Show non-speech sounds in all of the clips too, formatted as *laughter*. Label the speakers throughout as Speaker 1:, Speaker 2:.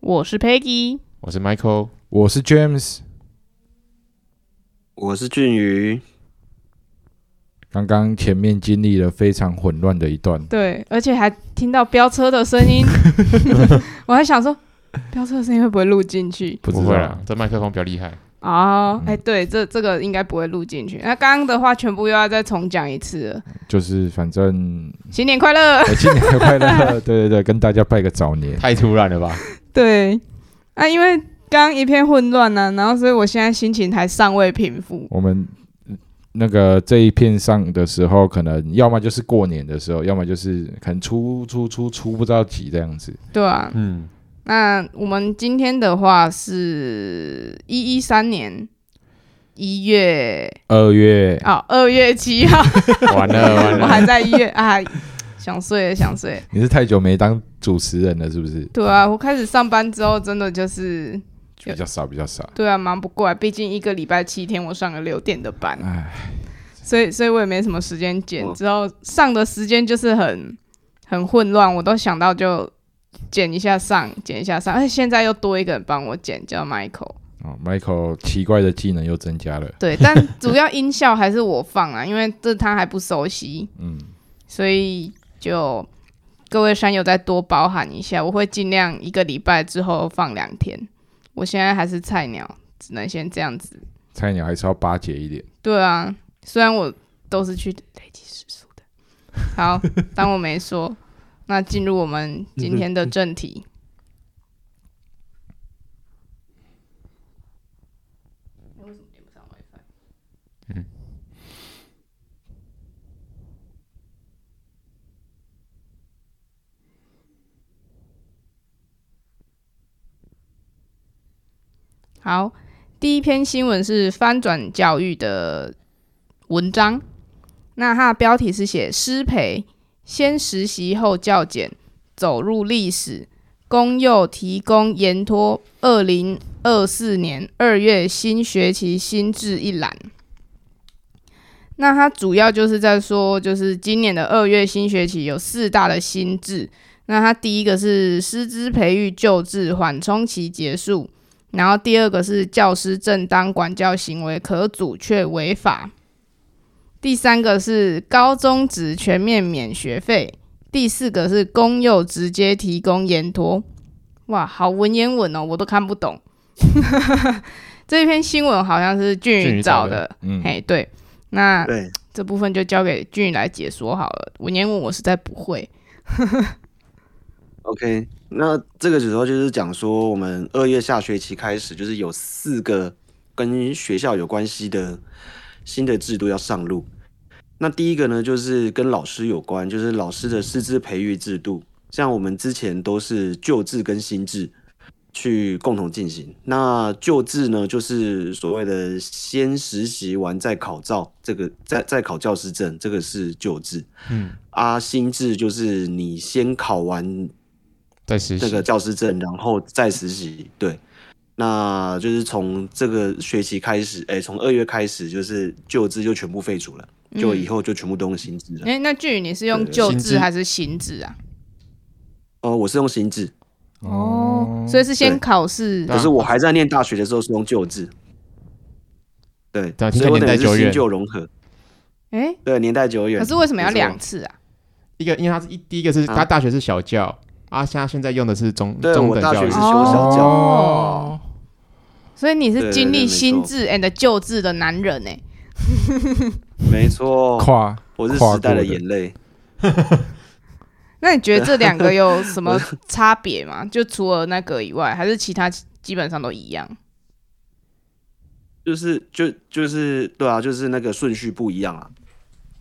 Speaker 1: 我是 Peggy，
Speaker 2: 我是 Michael，
Speaker 3: 我是 James。
Speaker 4: 我是俊宇，
Speaker 3: 刚刚前面经历了非常混乱的一段，
Speaker 1: 对，而且还听到飙车的声 *laughs* 音，我还想说飙车的声音会不会录进去
Speaker 3: 不知
Speaker 2: 会
Speaker 3: 道
Speaker 2: 啦，这麦克风比较厉害。
Speaker 1: 哦，哎、对，这这个应该不会录进去。那刚刚的话，全部又要再重讲一次了。
Speaker 3: 就是反正、
Speaker 1: 新年快乐！
Speaker 3: 哎新年快乐，对对对，跟大家拜个早年。
Speaker 2: 太突然了吧？
Speaker 1: 对，啊，因为刚刚一片混乱呢、然后所以我现在心情还尚未平复。
Speaker 3: 我们嗯那个这一片上的时候，可能要么就是过年的时候，要么就是可能出出出出不到几这样子。
Speaker 1: 对啊，
Speaker 2: 嗯，
Speaker 1: 那我们今天的话是一一三年一月
Speaker 3: 二月
Speaker 1: 哦，二月七号，
Speaker 2: *laughs* 完了 *laughs* 完
Speaker 1: 我
Speaker 2: 了，
Speaker 1: 还在一月啊，想睡了想睡了。
Speaker 3: 你是太久没当主持人了，是不是？
Speaker 1: 对啊，我开始上班之后，真的就是
Speaker 3: 比较少，比较少。
Speaker 1: 对啊，忙不过来，毕竟一个礼拜七天，我上了六点的班，
Speaker 3: 唉，
Speaker 1: 所以所以我也没什么时间剪，
Speaker 4: 我
Speaker 1: 之后上的时间就是很很混乱，我都想到就剪一下上，剪一下上，而且现在又多一个人帮我剪，叫 Michael。
Speaker 3: 哦，Michael 奇怪的技能又增加了。
Speaker 1: 对，但主要音效还是我放啊，因为这他还不熟悉，
Speaker 3: 嗯，
Speaker 1: 所以就各位山友再多包涵一下，我会尽量一个礼拜之后放两天。我现在还是菜鸟，只能先这样子。
Speaker 3: 菜鸟还是要巴结一点。
Speaker 1: 对啊，虽然我都是去累积时数的。好，当我没说。那进入我们今天的正题，好，第一篇新闻是翻转教育的文章，那它的标题是写“师培先实习后教检，走入历史”，公幼提供延托二零二四年二月新学期新制一览。那它主要就是在说，就是今年的二月新学期有四大的新制。那它第一个是师资培育救治缓冲期结束，然后第二个是教师正当管教行为可阻却违法，第三个是高中职全面免学费，第四个是公幼直接提供延托。哇，好文言文哦，我都看不懂。
Speaker 2: *laughs*
Speaker 1: 这篇新闻好像是俊
Speaker 2: 俊
Speaker 1: 宇
Speaker 2: 宇找
Speaker 1: 找
Speaker 2: 的
Speaker 1: 的，
Speaker 3: 嗯，
Speaker 1: 嘿，对，那
Speaker 4: 对，
Speaker 1: 这部分就交给俊宇来解说好了。文言文我实在不会。
Speaker 4: OK，那这个时候就是讲说，我们二月下学期开始，就是有四个跟学校有关系的新的制度要上路。那第一个呢，就是跟老师有关，就是老师的师资培育制度，像我们之前都是旧制跟新制去共同进行。那旧制呢，就是所谓的先实习完再考照，这个再再考教师证，这个是旧制。
Speaker 2: 嗯，
Speaker 4: 啊，新制就是你先考完
Speaker 2: 在实习
Speaker 4: 这个教师证，然后再实习。对，那就是从这个学期开始，哎、从二月开始，就是旧制就全部废除了，
Speaker 2: 嗯
Speaker 4: 就以后就全部都用新制了。
Speaker 1: 哎、嗯那俊宇你是用
Speaker 4: 对
Speaker 1: 旧
Speaker 2: 新
Speaker 1: 制
Speaker 2: 制
Speaker 1: 还是新制啊？
Speaker 4: 哦，我是用新制，
Speaker 1: 哦，所以是先
Speaker 4: 对
Speaker 1: 考试
Speaker 2: 对
Speaker 4: 可是我还在念大学的时候是用旧制。对
Speaker 2: 对，啊
Speaker 4: 所以我等于
Speaker 2: 听起来年代久
Speaker 4: 是
Speaker 2: 远
Speaker 4: 新旧融合。
Speaker 1: 哎、
Speaker 4: 对，年代久远。
Speaker 1: 可是为什么要
Speaker 4: 没错
Speaker 1: 两次啊？
Speaker 2: 一个，因为他是一第一个是
Speaker 4: 啊
Speaker 2: 他大学是小教啊，现在现在用的是中
Speaker 4: 对
Speaker 2: 中
Speaker 4: 我
Speaker 2: 等
Speaker 4: 大
Speaker 2: 教
Speaker 4: 学
Speaker 2: 育
Speaker 4: 是，修小教
Speaker 1: 哦，所以你是经历
Speaker 4: 对对对没
Speaker 1: 新
Speaker 4: 错
Speaker 1: 制 and 旧制的男人呢、
Speaker 4: 没错，
Speaker 3: 跨
Speaker 4: 我是
Speaker 3: 跨
Speaker 4: 时代
Speaker 3: 过的
Speaker 4: 的眼泪。
Speaker 1: 那你觉得这两个有什
Speaker 4: *laughs*
Speaker 1: 么差别吗？就除了那个以外，还是其他基本上都一样？
Speaker 4: 就是就就是对啊，就是那个顺序不一样啊。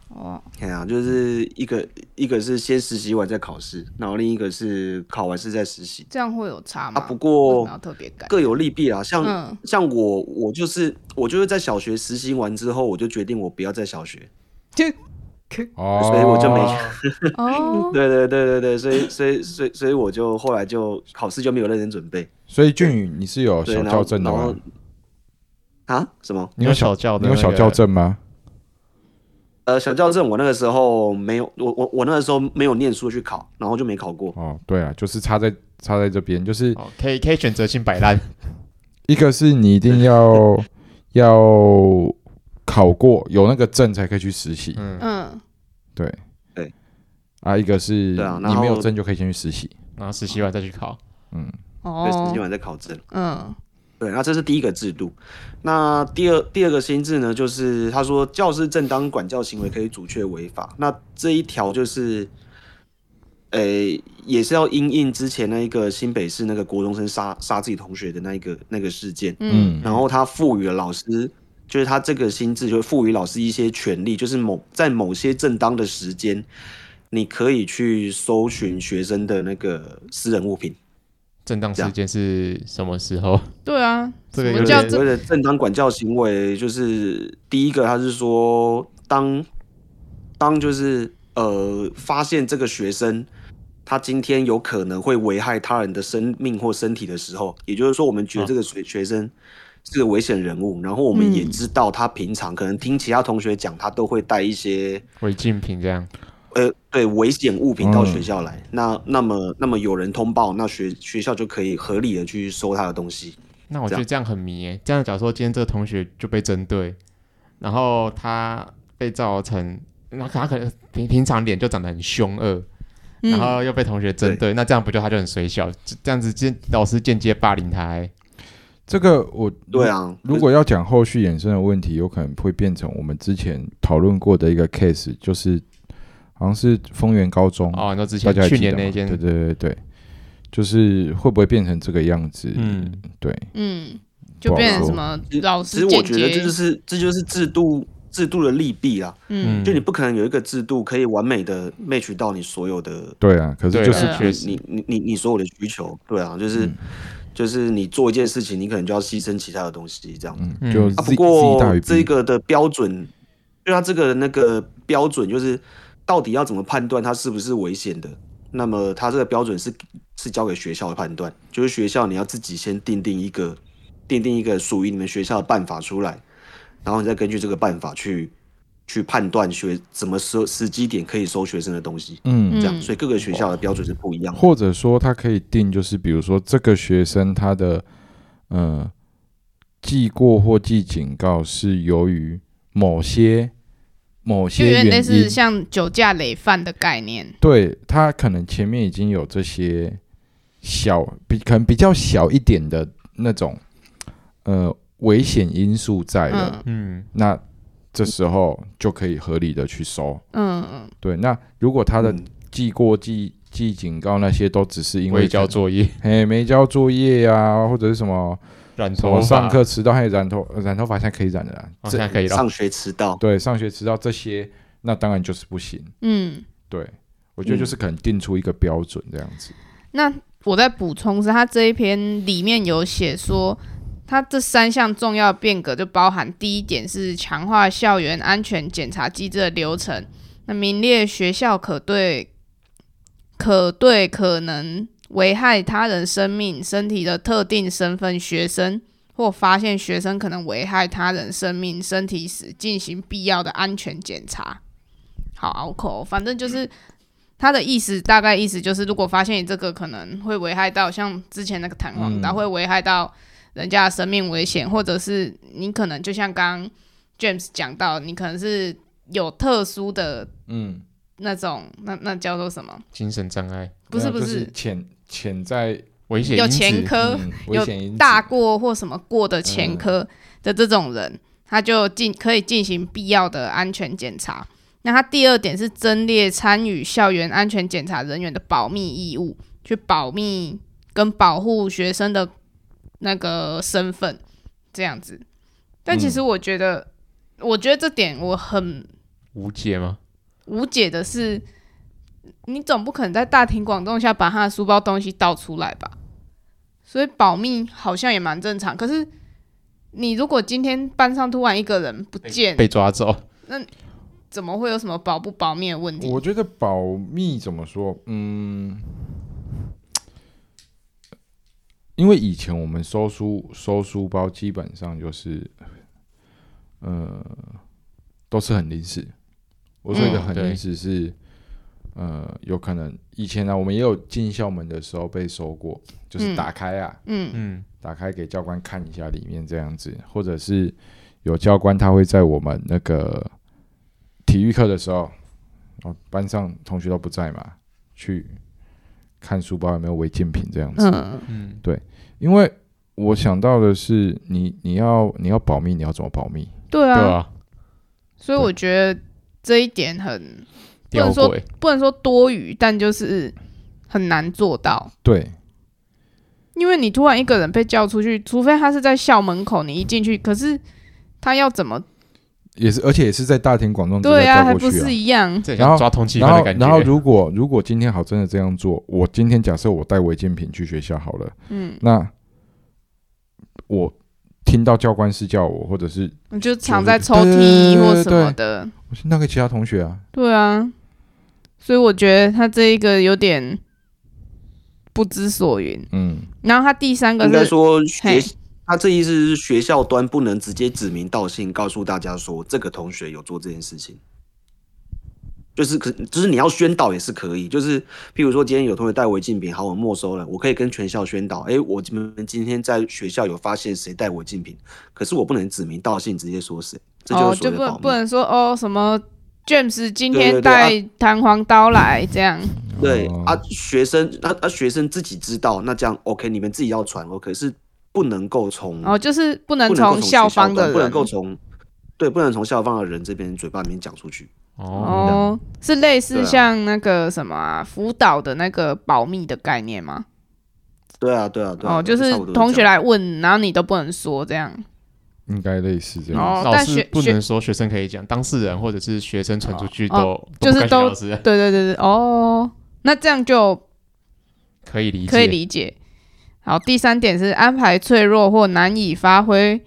Speaker 1: 哦，
Speaker 4: 哎呀、就是一个一个是先实习完再考试，然后另一个是考完试再实习，
Speaker 1: 这样会有
Speaker 3: 嗯
Speaker 1: 差吗？
Speaker 4: 啊不
Speaker 1: 为
Speaker 4: 过
Speaker 1: 什么要特别改。
Speaker 4: 各有利弊啊。像、
Speaker 1: 嗯，
Speaker 4: 像我，我就是我就是在小学实习完之后，我就决定我不要在小学，
Speaker 3: 哦，
Speaker 4: 所以我就没
Speaker 1: 哦，
Speaker 4: *laughs* 对对对对对，所以所以所以所以我就后来就考试就没有认真准备，
Speaker 3: 所以俊宇，你是有
Speaker 4: 对，
Speaker 3: 哦小
Speaker 4: 然
Speaker 3: 校
Speaker 4: 后
Speaker 3: 证的
Speaker 4: 然
Speaker 3: 吗
Speaker 4: 后？啊什么？
Speaker 3: 你有小
Speaker 2: 小教的
Speaker 3: 你有
Speaker 2: 那
Speaker 3: 小
Speaker 2: 个
Speaker 3: 校证吗？
Speaker 4: 呃，小校正我那个时候没有，我我我那个时候没有念书去考，然后就没考过。
Speaker 3: 哦，对啊，就是差在差在这边，就是
Speaker 2: 哦，可以可以选择性摆烂，
Speaker 3: 一个是你一定要要考过有那个证才可以去实习，
Speaker 2: 嗯，
Speaker 1: 嗯，
Speaker 3: 对
Speaker 4: 对
Speaker 3: 啊，一个是
Speaker 4: 对啊然
Speaker 3: 你没有
Speaker 4: 后
Speaker 3: 证就可以先去实习，
Speaker 2: 然后实习完再去考，
Speaker 4: 对，实
Speaker 1: 哦，
Speaker 4: 习完再考证。
Speaker 1: 嗯
Speaker 4: 对，那这是第一个制度。那第二第二个新制呢，就是他说教师正当管教行为可以阻却违法。那这一条就是，诶、也是要因应之前那一个新北市那个国中生杀杀自己同学的那一个那个事件，
Speaker 1: 嗯
Speaker 4: 然后他赋予了老师，就是他这个新制就会赋予老师一些权利，就是某在某些正当的时间，你可以去搜寻学生的那个私人物品。
Speaker 2: 正当
Speaker 4: 这
Speaker 2: 时
Speaker 4: 样
Speaker 2: 间是什么时候？
Speaker 1: 对啊，
Speaker 2: 这个
Speaker 1: 什
Speaker 2: 有
Speaker 1: 么
Speaker 2: 点
Speaker 1: 叫
Speaker 4: 所
Speaker 1: 这
Speaker 4: 谓的正当管教行为，就是第一个，他是说当当就是呃发现这个学生他今天有可能会危害他人的生命或身体的时候，也就是说，我们觉
Speaker 3: 啊
Speaker 4: 得这个学学生是个危险人物，然后我们也知道他平常可能听其他同学讲，他都会带一些。
Speaker 2: 违禁品这样，
Speaker 4: 呃，对，危险物品到学校来，
Speaker 3: 嗯
Speaker 4: 那那么那么有人通报，那学学校就可以合理的去收他的东西。
Speaker 2: 那我
Speaker 4: 这
Speaker 2: 觉
Speaker 4: 样
Speaker 2: 得这样很迷诶。这样假如说今天这个同学就被针对，然后他被造成，那他可能平平常脸就长得很凶恶，
Speaker 1: 嗯
Speaker 2: 然后又被同学针对，那这样不就他就很水小？这这样子间老师间接霸凌他欸，
Speaker 3: 嗯这个我
Speaker 4: 对啊，
Speaker 3: 如果要讲后续衍生的问题，有可能会变成我们之前讨论过的一个 case，就是好像是丰原高中，
Speaker 2: 哦，你说之前
Speaker 3: 大家还
Speaker 2: 去
Speaker 3: 记得
Speaker 2: 年那
Speaker 3: 吗
Speaker 2: 件
Speaker 3: 对，对对对，就是会不会变成这个样子？
Speaker 2: 嗯，
Speaker 3: 对，
Speaker 1: 嗯，就变成什么老
Speaker 4: 其
Speaker 1: 师
Speaker 4: 实
Speaker 1: 哦间
Speaker 4: 我觉得
Speaker 1: 接
Speaker 4: 这就是这就是制度制度的利弊啦，
Speaker 1: 嗯
Speaker 4: 就你不可能有一个制度可以完美的 match 到你所有的，
Speaker 3: 对啊，可是
Speaker 2: 对
Speaker 3: 就
Speaker 2: 啊
Speaker 3: 是
Speaker 1: 嗯
Speaker 2: 确实
Speaker 4: 你你你你所有的需求，对啊，就是、
Speaker 3: 嗯
Speaker 4: 就是你做一件事情，你可能就要牺牲其他的东西这样。
Speaker 3: 嗯，
Speaker 2: 嗯
Speaker 3: 就 Z
Speaker 4: 啊，不
Speaker 3: Z 大
Speaker 4: 过
Speaker 3: 于 B，
Speaker 4: 这个的标准，对它这个那个标准就是到底要怎么判断它是不是危险的？那么它这个标准是是交给学校的判断，就是学校你要自己先定定一个定定一个属于你们学校的办法出来，然后你再根据这个办法去去判断学怎么收时机点可以收学生的东西，
Speaker 3: 嗯，
Speaker 4: 这样，
Speaker 1: 嗯
Speaker 4: 所以各个学校的标准是不一样的。嗯
Speaker 3: 或者说他可以定，就是比如说这个学生他的呃记过或记警告是由于某些某
Speaker 1: 就
Speaker 3: 些
Speaker 1: 有点类
Speaker 3: 原因
Speaker 1: 似，像酒驾累犯的概念，
Speaker 3: 对他可能前面已经有这些小比可能比较小一点的那种呃危险因素在了，
Speaker 1: 嗯
Speaker 2: 嗯，
Speaker 3: 那这时候就可以合理的去收。
Speaker 1: 嗯嗯
Speaker 3: 对，那如果他的
Speaker 4: 嗯
Speaker 3: 记过记记警告那些都只是因为
Speaker 2: 未交作
Speaker 3: *laughs*
Speaker 2: 业，
Speaker 3: 嘿，没交作业呀、啊，或者是什么
Speaker 2: 染
Speaker 3: 什
Speaker 2: 头
Speaker 3: 么
Speaker 2: 发
Speaker 3: 上课迟到，还有染头染头发，现在可以染的啦。
Speaker 2: 哦
Speaker 3: 这
Speaker 2: 现在可以了，
Speaker 4: 上学迟到，
Speaker 3: 对上学迟到这些，那当然就是不行。
Speaker 1: 嗯。
Speaker 3: 对，我觉得
Speaker 2: 嗯
Speaker 3: 就是可能定出一个标准这样子。
Speaker 1: 那我再补充是，他这一篇里面有写说，他这三项重要变革就包含第一点是强化校园安全检查机制的流程，那名列学校可对可对可能危害他人生命、身体的特定身份学生。或发现学生可能危害他人生命、身体时，进行必要的安全检查。好拗口，哦反正就是他的意思大概意思就是，如果发现你这个可能会危害到，像之前那个弹簧刀、会危害到人家的生命危险，或者是你可能就像刚刚 James 讲到，你可能是有特殊的
Speaker 3: 嗯，
Speaker 1: 那种，那那叫做什么？
Speaker 2: 精神障碍，
Speaker 1: 不是
Speaker 3: 没
Speaker 1: 不，
Speaker 3: 啊有就是潜潜在
Speaker 2: 危险
Speaker 1: 有
Speaker 2: 因子
Speaker 1: 前科，
Speaker 3: 嗯危
Speaker 1: 有
Speaker 3: 险因子嗯
Speaker 1: 大过或什么过的前科的这种人，他就进可以进行必要的安全检查。那他第二点是增列参与校园安全检查人员的保密义务，去保密跟保护学生的那个身份，这样子。但其实
Speaker 3: 嗯
Speaker 1: 我觉得，我觉得这点我很
Speaker 2: 无解吗？
Speaker 1: 无解的是，你总不可能在大庭广众下把他的书包东西倒出来吧？所以保密好像也蛮正常。可是你如果今天班上突然一个人不见，
Speaker 2: 被抓走，
Speaker 1: 怎么会有什么保不保密的问题
Speaker 3: 我？觉得保密怎么说？嗯，因为以前我们收书收书包，基本上就是，呃，都是很临时，我说的
Speaker 2: 嗯
Speaker 3: 狠
Speaker 2: 对
Speaker 3: 意思是，呃，有可能以前啊呢、我们也有进校门的时候被收过，就是
Speaker 1: 嗯
Speaker 3: 打开啊，
Speaker 1: 嗯
Speaker 2: 嗯
Speaker 3: 打开给教官看一下里面这样子，或者是有教官他会在我们那个体育课的时候，哦，班上同学都不在嘛，去看书包有没有违禁品这样子。
Speaker 1: 嗯
Speaker 2: 嗯
Speaker 3: 因为我想到的是，你你要你要保密，你要怎么保密？
Speaker 1: 对
Speaker 2: 对
Speaker 1: 啊，
Speaker 2: 啊，
Speaker 1: 所以我觉得这一点很不
Speaker 2: 啊吊
Speaker 1: 能说
Speaker 2: 诡，
Speaker 1: 不能说多余，但就是很难做到。
Speaker 3: 对，
Speaker 1: 因为你突然一个人被叫出去，除非他是在校门口，你一进去，可是他要怎么
Speaker 3: 也是，而且也是在大庭广众之
Speaker 1: 对
Speaker 3: 下
Speaker 1: 啊？
Speaker 3: 叫
Speaker 1: 还
Speaker 3: 过
Speaker 1: 不
Speaker 3: 去啊
Speaker 1: 是。一样？
Speaker 2: 这很
Speaker 3: 然
Speaker 2: 像
Speaker 3: 后
Speaker 2: 抓通缉
Speaker 3: 然
Speaker 2: 犯的
Speaker 3: 后，
Speaker 2: 感觉。
Speaker 3: 然后如果如果今天好真的这样做，我今天假设我带违禁品去学校好了，
Speaker 1: 嗯，
Speaker 3: 那我听到教官是叫我，或者是
Speaker 1: 你就藏在抽屉或什么的。
Speaker 3: 我是那个其他同学啊，
Speaker 1: 对啊，所以我觉得他这一个有点不知所云。
Speaker 3: 嗯，
Speaker 1: 然后他第三个
Speaker 4: 应该
Speaker 1: 是，
Speaker 4: 说
Speaker 1: 嘿
Speaker 4: 学，他这意思是学校端不能直接指名道姓告诉大家说这个同学有做这件事情，就是可就是你要宣导也是可以，就是譬如说今天有同学带违禁品，好，我没收了，我可以跟全校宣导，诶，我们今天在学校有发现谁带违禁品，可是我不能指名道姓直接说谁，这就
Speaker 1: 哦，
Speaker 4: 是
Speaker 1: 就
Speaker 4: 所谓
Speaker 1: 不
Speaker 4: 的
Speaker 1: 能
Speaker 4: 保
Speaker 1: 不
Speaker 4: 密。
Speaker 1: 能说哦什么 James 今天
Speaker 4: 对对对啊
Speaker 1: 带弹簧刀来这样。
Speaker 4: 对
Speaker 3: 哦
Speaker 4: 啊，学生啊啊，学生自己知道，那这样 OK，你们自己要传哦，可是不能够从
Speaker 1: 哦，就是不能
Speaker 4: 不能够
Speaker 1: 从
Speaker 4: 从学校
Speaker 1: 校方的
Speaker 4: 端
Speaker 1: 人，
Speaker 4: 嗯不能够从对，不能从校方的人这边嘴巴里面讲出去。
Speaker 2: 哦，
Speaker 1: 哦，是类似
Speaker 4: 对啊
Speaker 1: 像那个什么啊、辅导的那个保密的概念吗？
Speaker 4: 对啊，对啊，对啊。
Speaker 1: 哦，就是
Speaker 4: 差不多
Speaker 1: 同学
Speaker 4: 这样
Speaker 1: 来问，然后你都不能说这样。
Speaker 3: 应该类似这样。
Speaker 1: 哦，
Speaker 2: 啊老
Speaker 1: 但
Speaker 2: 师
Speaker 1: 学
Speaker 2: 不
Speaker 1: 学
Speaker 2: 能说学生可以讲，当事人或者是学生传出去都
Speaker 1: 哦就是都
Speaker 2: 都不敢学老师
Speaker 1: 对对对对，哦，那这样就
Speaker 2: 可以理解，
Speaker 1: 可以理解。好，第三点是安排脆弱或难以发挥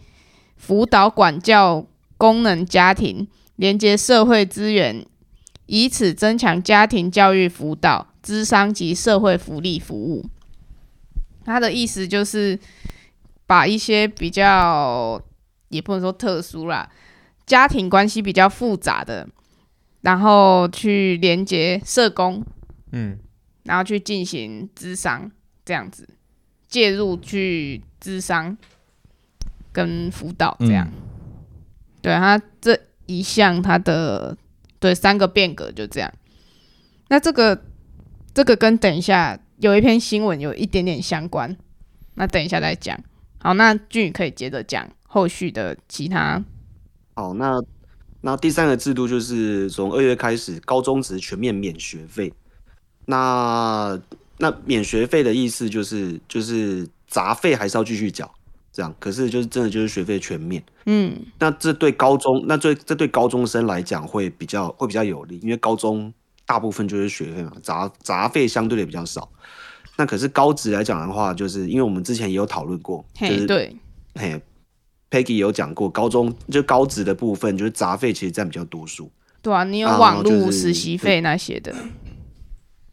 Speaker 1: 辅导管教功能家庭，连接社会资源，以此增强家庭教育辅导、资商及社会福利服务。他的意思就是把一些比较也不能说特殊啦，家庭关系比较复杂的，然后去连接社工，
Speaker 2: 嗯，
Speaker 1: 然后去进行咨商，这样子介入去咨商跟辅导这样。
Speaker 4: 嗯
Speaker 1: 对他这一项他的对三个变革就这样。那这个这个跟等一下有一篇新闻有一点点相关，那等一下再讲。好，那俊宇可以接着讲后续的其他。
Speaker 4: 好，那那第三个制度就是从二月开始，高中职全面免学费。那那免学费的意思就是就是杂费还是要继续缴，这样。可是就是真的就是学费全免。
Speaker 1: 嗯
Speaker 4: 那这对高中，那这这对高中生来讲会比较会比较有利，因为高中大部分就是学费嘛，杂杂费相对的比较少。那可是高职来讲的话，就是因为我们之前也有讨论过，就
Speaker 1: 嘿，
Speaker 4: 是
Speaker 1: 对，
Speaker 4: 嘿，Peggy 有讲过，高中就高职的部分，就是杂费其实占比较多数。
Speaker 1: 对啊，你有
Speaker 4: 啊
Speaker 1: 网
Speaker 4: 就
Speaker 1: 络
Speaker 4: 是
Speaker 1: 实习费那些的，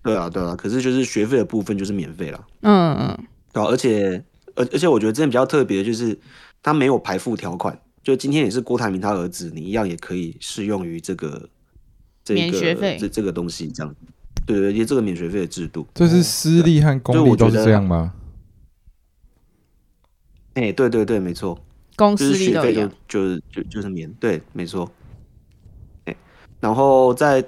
Speaker 4: 对啊，对啊，可是就是学费的部分就是免费啦。
Speaker 1: 嗯嗯，
Speaker 4: 对啊、而且而而且我觉得这边比较特别，就是它没有排付条款，就今天也是郭台铭他儿子，你一样也可以适用于这个这
Speaker 1: 免
Speaker 4: 个
Speaker 1: 学费
Speaker 4: 这这个东西这样。对对，对这个免学费的制度，
Speaker 3: 这是私立和公立都是这样吗？
Speaker 4: 哎、对对对，没错，
Speaker 1: 公
Speaker 4: 就
Speaker 1: 司
Speaker 4: 是
Speaker 1: 里
Speaker 4: 学
Speaker 1: 都
Speaker 4: 费
Speaker 1: 一
Speaker 4: 就
Speaker 1: 样。
Speaker 4: 就是就就是免，对，没错。哎然后在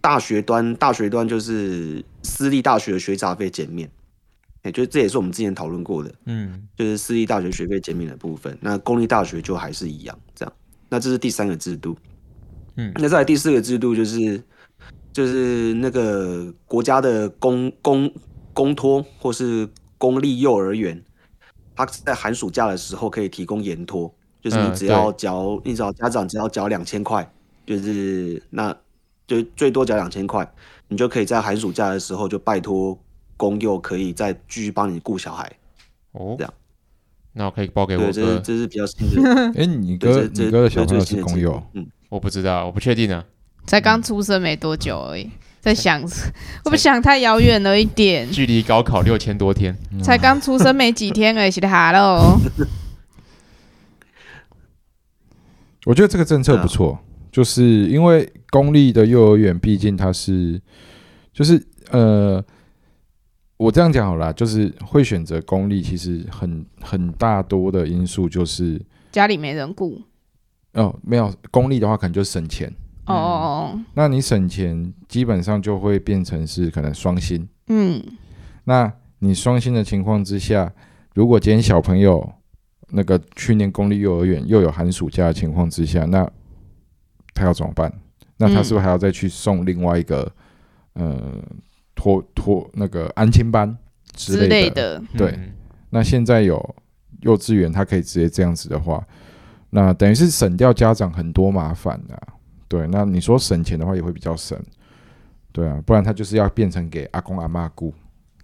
Speaker 4: 大学端，大学端就是私立大学的学杂费减免，哎、就这也是我们之前讨论过的，
Speaker 2: 嗯，
Speaker 4: 就是私立大学学费减免的部分。那公立大学就还是一样，这样。那这是第三个制度，
Speaker 2: 嗯
Speaker 4: 那再来第四个制度就是就是那个国家的公公公托或是公立幼儿园，它在寒暑假的时候可以提供延托，就是
Speaker 2: 嗯
Speaker 4: 你只要缴，你只要家长只要缴两千块，就是那就最多缴两千块，你就可以在寒暑假的时候就拜托公幼可以再继续帮你顾小孩。
Speaker 2: 哦，
Speaker 4: 这样，
Speaker 2: 那我可以包给我
Speaker 4: 对，这是
Speaker 2: 哥，
Speaker 4: 这是比较新的。
Speaker 3: 哎，你
Speaker 4: 对
Speaker 3: 哥
Speaker 4: 这这
Speaker 3: 你哥的小朋友
Speaker 4: 这
Speaker 3: 是
Speaker 4: 是
Speaker 3: 公幼，
Speaker 4: 嗯，
Speaker 2: 我不知道，我不确定啊，
Speaker 1: 才刚出生没多久而已，在 *laughs* 想，会不会想太遥远了一点？
Speaker 2: 距离高考六千多天，
Speaker 1: 才刚出生没几天而已，是的哈 *laughs* 喽。
Speaker 3: 啊我觉得这个政策不错，就是因为公立的幼儿园，毕竟它是，就是呃，我这样讲好了啦，就是会选择公立，其实很很大多的因素就是，
Speaker 1: 家里没人顾。
Speaker 3: 哦，没有公立的话，可能就省钱。
Speaker 1: 哦哦哦，
Speaker 3: 那你省钱，基本上就会变成是可能双薪。
Speaker 1: 嗯，
Speaker 3: 那你双薪的情况之下，如果今天小朋友那个去年公立幼儿园又有寒暑假的情况之下，那他要怎么办？那他是不是还要再去送另外一个、呃托托那个安亲班之
Speaker 1: 之类
Speaker 3: 类
Speaker 1: 的，
Speaker 3: 对
Speaker 2: 嗯
Speaker 3: 那现在有幼稚园，他可以直接这样子的话，那等于是省掉家长很多麻烦啊。对，那你说省钱的话也会比较省，对啊，不然他就是要变成给阿公阿妈雇，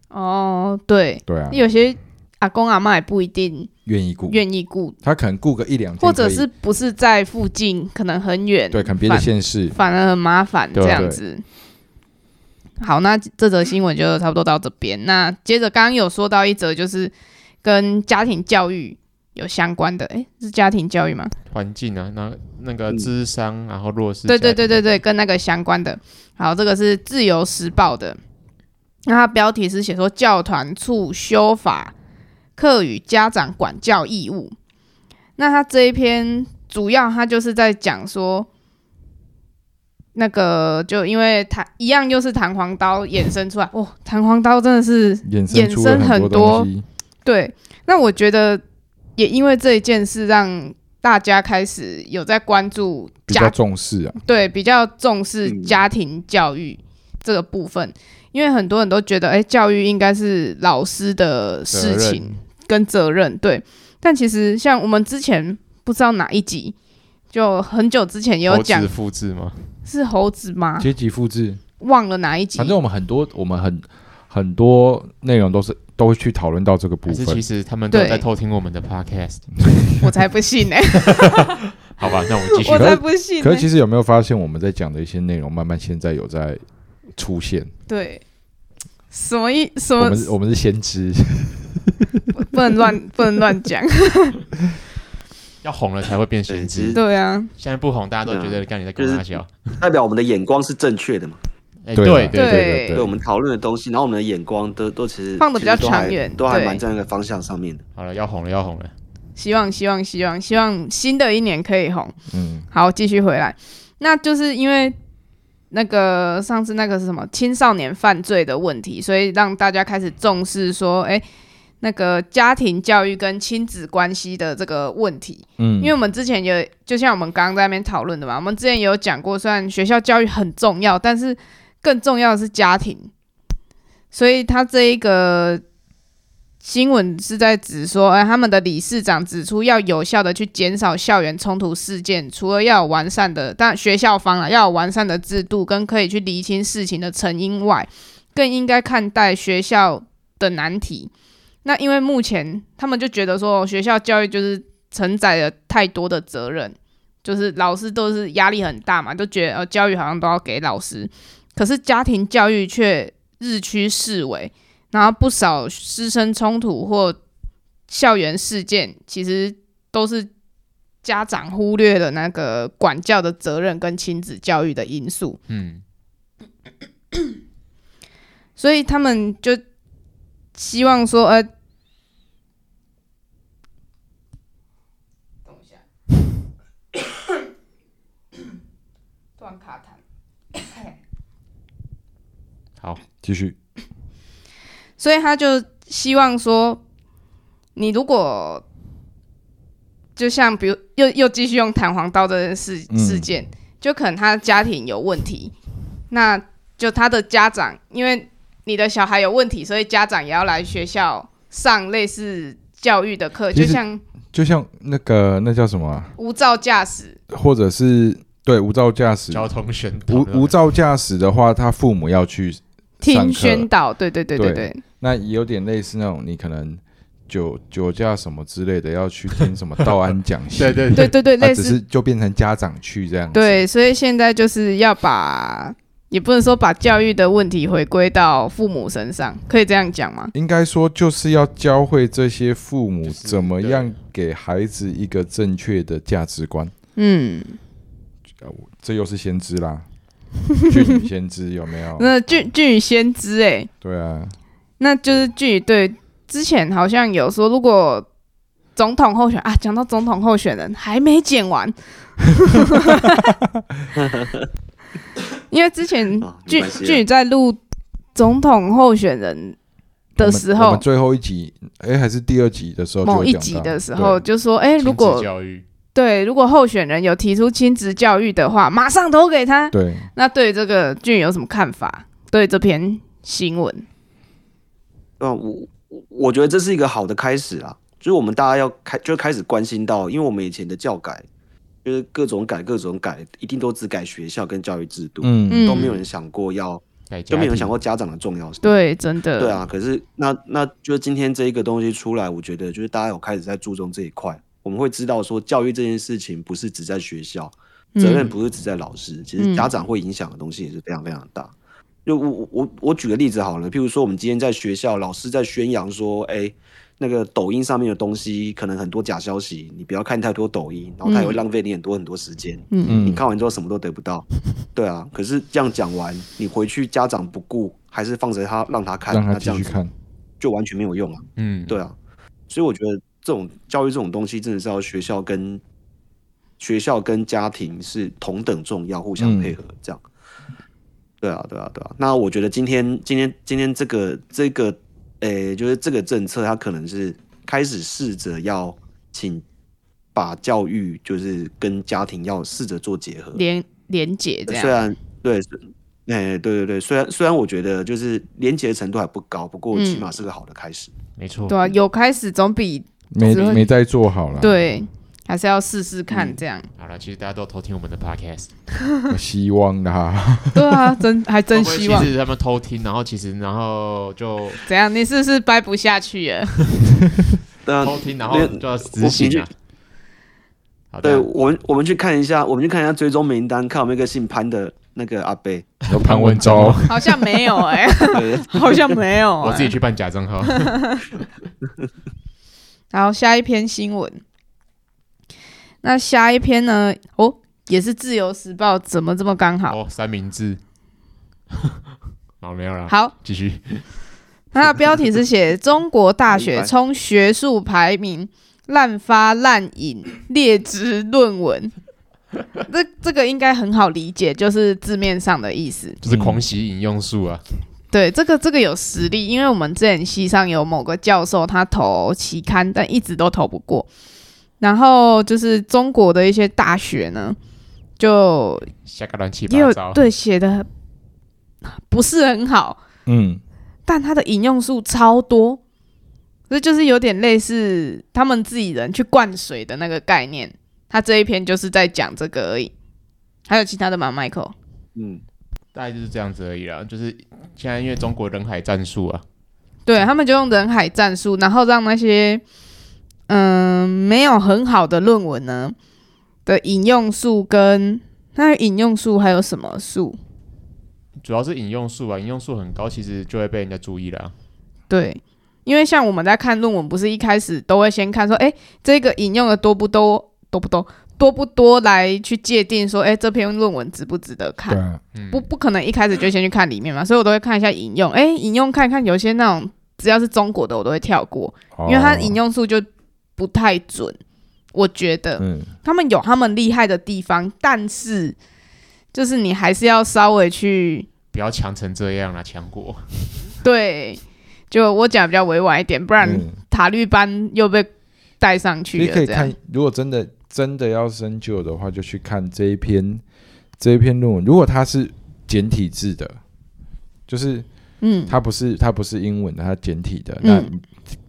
Speaker 1: 哦，对，
Speaker 3: 对啊，
Speaker 1: 有些阿公阿妈也不一定
Speaker 3: 愿意雇，
Speaker 1: 愿意顾，
Speaker 3: 他可能雇个一两天，
Speaker 1: 或者是不是在附近，可能很远，
Speaker 3: 对，可能别的县市，
Speaker 1: 反而很麻烦
Speaker 2: 对
Speaker 1: 这样子。好，那这则新闻就差不多到这边。那接着刚刚有说到一则，就是跟家庭教育有相关的，诶、是家庭教育吗？
Speaker 2: 环境啊，那那个
Speaker 4: 嗯
Speaker 2: 智商，然后弱势，
Speaker 1: 对对对对，对，跟那个相关的。好，这个是《自由时报》的，那它标题是写说教团促修法课与家长管教义务。那它这一篇主要它就是在讲说，那个就因为弹一样又是弹簧刀衍生出来，哦，弹簧刀真的是
Speaker 3: 衍生出了
Speaker 1: 衍生很
Speaker 3: 很
Speaker 1: 多
Speaker 3: 东西，
Speaker 1: 对，那我觉得也因为这一件事让。大家开始有在关注
Speaker 3: 比
Speaker 1: 家
Speaker 3: 较重视啊，
Speaker 1: 对，比较重视
Speaker 4: 嗯
Speaker 1: 家庭教育这个部分，因为很多人都觉得，哎、教育应该是老师的事
Speaker 3: 责任
Speaker 1: 情跟责任，对。但其实像我们之前不知道哪一集，就很久之前也有
Speaker 2: 猴
Speaker 1: 讲
Speaker 2: 子，复制嘛，
Speaker 1: 是猴子吗？
Speaker 3: 阶级复制，
Speaker 1: 忘了哪一集
Speaker 3: 反，正我们很多，我们很很多内容都是都会去讨论到这个部
Speaker 2: 还是其
Speaker 3: 分，嗯
Speaker 2: 实他们都有
Speaker 1: 对
Speaker 2: 在偷听我们的 podcast？
Speaker 1: 我才不信
Speaker 3: *laughs*
Speaker 1: 呢、
Speaker 2: 好吧，那我们继续
Speaker 1: 我
Speaker 3: 可。
Speaker 1: 才
Speaker 3: 是
Speaker 1: 不信呢、
Speaker 3: 可是其实有没有发现我们在讲的一些内容，慢慢现在有在出现，
Speaker 1: 对，什么意什
Speaker 3: 我
Speaker 1: 么
Speaker 3: 们是我们是先知，
Speaker 1: 不能乱不能乱讲， *laughs*
Speaker 2: 要红了才会变先知
Speaker 4: 对，
Speaker 1: 对啊，
Speaker 2: 现在不红，大家都觉
Speaker 4: 啊
Speaker 2: 得干你在跟我笑。
Speaker 4: 代表我们的眼光是正确的嘛？
Speaker 2: 哎，
Speaker 3: *laughs* 对
Speaker 2: 对
Speaker 3: 啊对
Speaker 1: 对
Speaker 3: 对
Speaker 4: 对，我们讨论的东西，然后我们的眼光都都其实
Speaker 1: 放得比较
Speaker 4: 其实都还
Speaker 1: 长远
Speaker 4: 都还
Speaker 1: 对
Speaker 4: 蛮在那个方向上面的。
Speaker 2: 好了，要红了，要红了。
Speaker 1: 希望希望希望希望新的一年可以红。
Speaker 3: 嗯，
Speaker 1: 好，继续回来，那就是因为那个上次那个是什么青少年犯罪的问题，所以让大家开始重视说，哎、那个家庭教育跟亲子关系的这个问题，
Speaker 3: 嗯，
Speaker 1: 因为我们之前有，就像我们刚刚在那边讨论的嘛，我们之前也有讲过，虽然学校教育很重要，但是更重要的是家庭，所以他这一个新闻是在指说，哎、他们的理事长指出，要有效的去减少校园冲突事件，除了要有完善的，但学校方啊要有完善的制度跟可以去厘清事情的成因外，更应该看待学校的难题。那因为目前他们就觉得说，学校教育就是承载了太多的责任，就是老师都是压力很大嘛，就觉得呃教育好像都要给老师，可是家庭教育却日趋式微，然后不少师生冲突或校园事件，其实都是家长忽略了那个管教的责任跟亲子教育的因素。
Speaker 2: 嗯，
Speaker 1: 所以他们就希望说， *coughs* 呃，等一下，突然卡痰。
Speaker 2: 好，
Speaker 3: 继续，
Speaker 1: 所以他就希望说，你如果就像比如又又继续用弹簧刀这件事
Speaker 3: 嗯
Speaker 1: 事件，就可能他家庭有问题，那就他的家长，因为你的小孩有问题，所以家长也要来学校上类似教育的课，
Speaker 3: 其
Speaker 1: 就
Speaker 3: 实
Speaker 1: 像
Speaker 3: 就像那个那叫什么啊、
Speaker 1: 无照驾驶，
Speaker 3: 或者是对无照驾驶，
Speaker 2: 交通宣导
Speaker 3: 无无照驾驶的话，他父母要去上
Speaker 1: 听
Speaker 3: 课
Speaker 1: 宣导，对对对对
Speaker 3: 对
Speaker 1: 对，
Speaker 3: 那也有点类似那种你可能酒酒驾什么之类的，要去听什么道安讲习，
Speaker 2: *laughs* 对对
Speaker 1: 对
Speaker 2: 对，
Speaker 1: 对对，
Speaker 3: 啊，
Speaker 1: 类
Speaker 3: 只
Speaker 1: 似
Speaker 3: 是就变成家长去这样子。
Speaker 1: 对，所以现在就是要把，也不能说把教育的问题回归到父母身上，可以这样讲吗？
Speaker 3: 应该说就是要教会这些父母
Speaker 2: 就是
Speaker 3: 怎么样给孩子一个正确的价值观。
Speaker 1: 嗯，
Speaker 3: 呃我这又是先知
Speaker 1: *laughs*
Speaker 3: 啦，俊女先知有没有？
Speaker 1: 那俊俊宇先知哎、
Speaker 3: 对啊，
Speaker 1: 那就是据对之前好像有说，如果总统候选啊，讲到总统候选人还没剪完，因为之前
Speaker 4: 啊没
Speaker 1: 据
Speaker 4: 关系啊
Speaker 1: 据在录总统候选人
Speaker 3: 我
Speaker 1: 的
Speaker 3: 们
Speaker 1: 时
Speaker 3: 我
Speaker 1: 候
Speaker 3: 们，最后一集，哎，还是第二集的时候就有讲到，
Speaker 1: 某一集的时候
Speaker 3: 对，
Speaker 1: 就说，哎、如
Speaker 2: 亲子
Speaker 1: 果
Speaker 2: 教育
Speaker 1: 对如果候选人有提出亲子教育的话，马上投给他。
Speaker 3: 对，
Speaker 1: 那对这个俊有什么看法？对这篇新闻，
Speaker 4: 嗯，我我我觉得这是一个好的开始啊，就是我们大家要开，就开始关心到，因为我们以前的教改，就是各种改各种改，一定都只改学校跟教育制度，
Speaker 3: 嗯，
Speaker 1: 嗯，
Speaker 4: 都没有人想过要，
Speaker 2: 改家
Speaker 4: 都没有
Speaker 2: 庭
Speaker 4: 人想过家长的重要性。
Speaker 1: 对，真的，
Speaker 4: 对啊，可是那那就是今天这一个东西出来，我觉得就是大家有开始在注重这一块，我们会知道说教育这件事情不是只在学校，
Speaker 1: 嗯，
Speaker 4: 责任不是只在老师，其
Speaker 1: 嗯
Speaker 4: 实家长会影响的东西也是非常非常大。就我我我我举个例子好了，譬如说我们今天在学校，老师在宣扬说，哎、那个抖音上面的东西可能很多假消息，你不要看太多抖音，然后它也会
Speaker 1: 嗯
Speaker 4: 浪费你很多很多时间。
Speaker 3: 嗯
Speaker 4: 你看完之后什么都得不
Speaker 3: *laughs*
Speaker 4: 到，对啊。可是这样讲完，你回去家长不顾，还是放着他让他看，
Speaker 3: 让他
Speaker 4: 那这
Speaker 3: 继
Speaker 4: 样
Speaker 3: 续
Speaker 4: 子
Speaker 3: 看，
Speaker 4: 就完全没有用啊。
Speaker 2: 嗯，
Speaker 4: 对啊，所以我觉得这种教育这种东西，真的是要学校跟学校跟家庭是同等重要，互相配合
Speaker 3: 嗯
Speaker 4: 这样。对啊，对啊，对啊。那我觉得今天今天今天这个这个，诶、就是这个政策，它可能是开始试着要请把教育就是跟家庭要试着做结合，
Speaker 1: 连连结这
Speaker 4: 虽
Speaker 1: 样，
Speaker 4: 然对，啊哎、对对对，虽然虽然我觉得就是连结的程度还不高，不过起
Speaker 1: 嗯
Speaker 4: 码是个好的开始。
Speaker 2: 没错
Speaker 1: 对，啊，有开始总比
Speaker 3: 没
Speaker 1: 只会
Speaker 3: 没再做好了，，
Speaker 1: 对，还是要试试看这样。
Speaker 2: 好了，其实大家都偷听我们的 podcast，
Speaker 3: 希望啦，
Speaker 4: *laughs*
Speaker 1: 对啊，真还真希望
Speaker 2: 会不会其实他们偷听，然后其实然后就
Speaker 1: 怎样？你是不是掰不下去了？
Speaker 4: 对啊，
Speaker 2: 偷听，然后就要执行啊。好
Speaker 4: 对
Speaker 2: 的，
Speaker 4: 我们，我们去看一下，我们去看一下追踪名单，看有没有一个姓潘的那个阿贝。
Speaker 3: 有潘文昭，
Speaker 1: 好像没有哎、
Speaker 4: 对
Speaker 1: 好像没有、
Speaker 2: 我自己
Speaker 1: 欸。
Speaker 2: 去办假账号。
Speaker 1: 然后下一篇新闻，那下一篇呢？哦，也是《自由时报》，怎么这么刚好？
Speaker 2: 哦，三明治。 *laughs* 好，没有了，
Speaker 1: 好，
Speaker 2: 继续。
Speaker 1: 它的标题是写中国大
Speaker 4: 明
Speaker 1: 学
Speaker 4: 白
Speaker 1: 冲学术排名，滥发滥引劣质论
Speaker 4: *laughs*
Speaker 1: 文。这这个应该很好理解，就是字面上的意思。
Speaker 2: 就是狂喜引用术啊，
Speaker 4: 嗯
Speaker 1: 对，这个这个有实力，因为我们之前系上有某个教授，他投期刊，但一直都投不过。然后就是中国的一些大学呢，就
Speaker 2: 下个乱七
Speaker 1: 也
Speaker 2: 八
Speaker 1: 有
Speaker 2: 糟。，
Speaker 1: 对写的不是很好， *laughs*
Speaker 3: 嗯，
Speaker 1: 但他的引用数超多，这就是有点类似他们自己人去灌水的那个概念。他这一篇就是在讲这个而已，还有其他的吗，Michael？
Speaker 4: 嗯，
Speaker 2: 大概就是这样子而已啦。就是现在因为中国人海战术啊，
Speaker 1: 对他们就用人海战术，然后让那些嗯、没有很好的论文呢的引用数跟那引用数还有什么数？
Speaker 2: 主要是引用数啊，引用数很高，其实就会被人家注意了啊。
Speaker 1: 对，因为像我们在看论文，不是一开始都会先看说，哎，这个引用的多不多，多不多，多不多来去界定说，哎，这篇论文值不值得看
Speaker 3: 对。啊，
Speaker 2: 嗯，
Speaker 1: 不不可能一开始就先去看里面嘛，所以我都会看一下引用，哎，引用看看，有些那种只要是中国的我都会跳过，因为它
Speaker 3: 哦
Speaker 1: 引用数就不太准，我觉得、
Speaker 3: 嗯，
Speaker 1: 他们有他们厉害的地方，但是就是你还是要稍微去
Speaker 2: 不要强成这样啦，强国。
Speaker 1: 对，就我讲比较委婉一点，不然
Speaker 3: 嗯
Speaker 1: 塔利班又被带上去
Speaker 3: 你
Speaker 1: 了，
Speaker 3: 可以
Speaker 1: 这样
Speaker 3: 看，如果真的真的要深究的话，就去看这一篇这一篇论文。如果它是简体字的，就是
Speaker 1: 嗯，
Speaker 3: 它不是它不是英文的，它简体的。那
Speaker 1: 嗯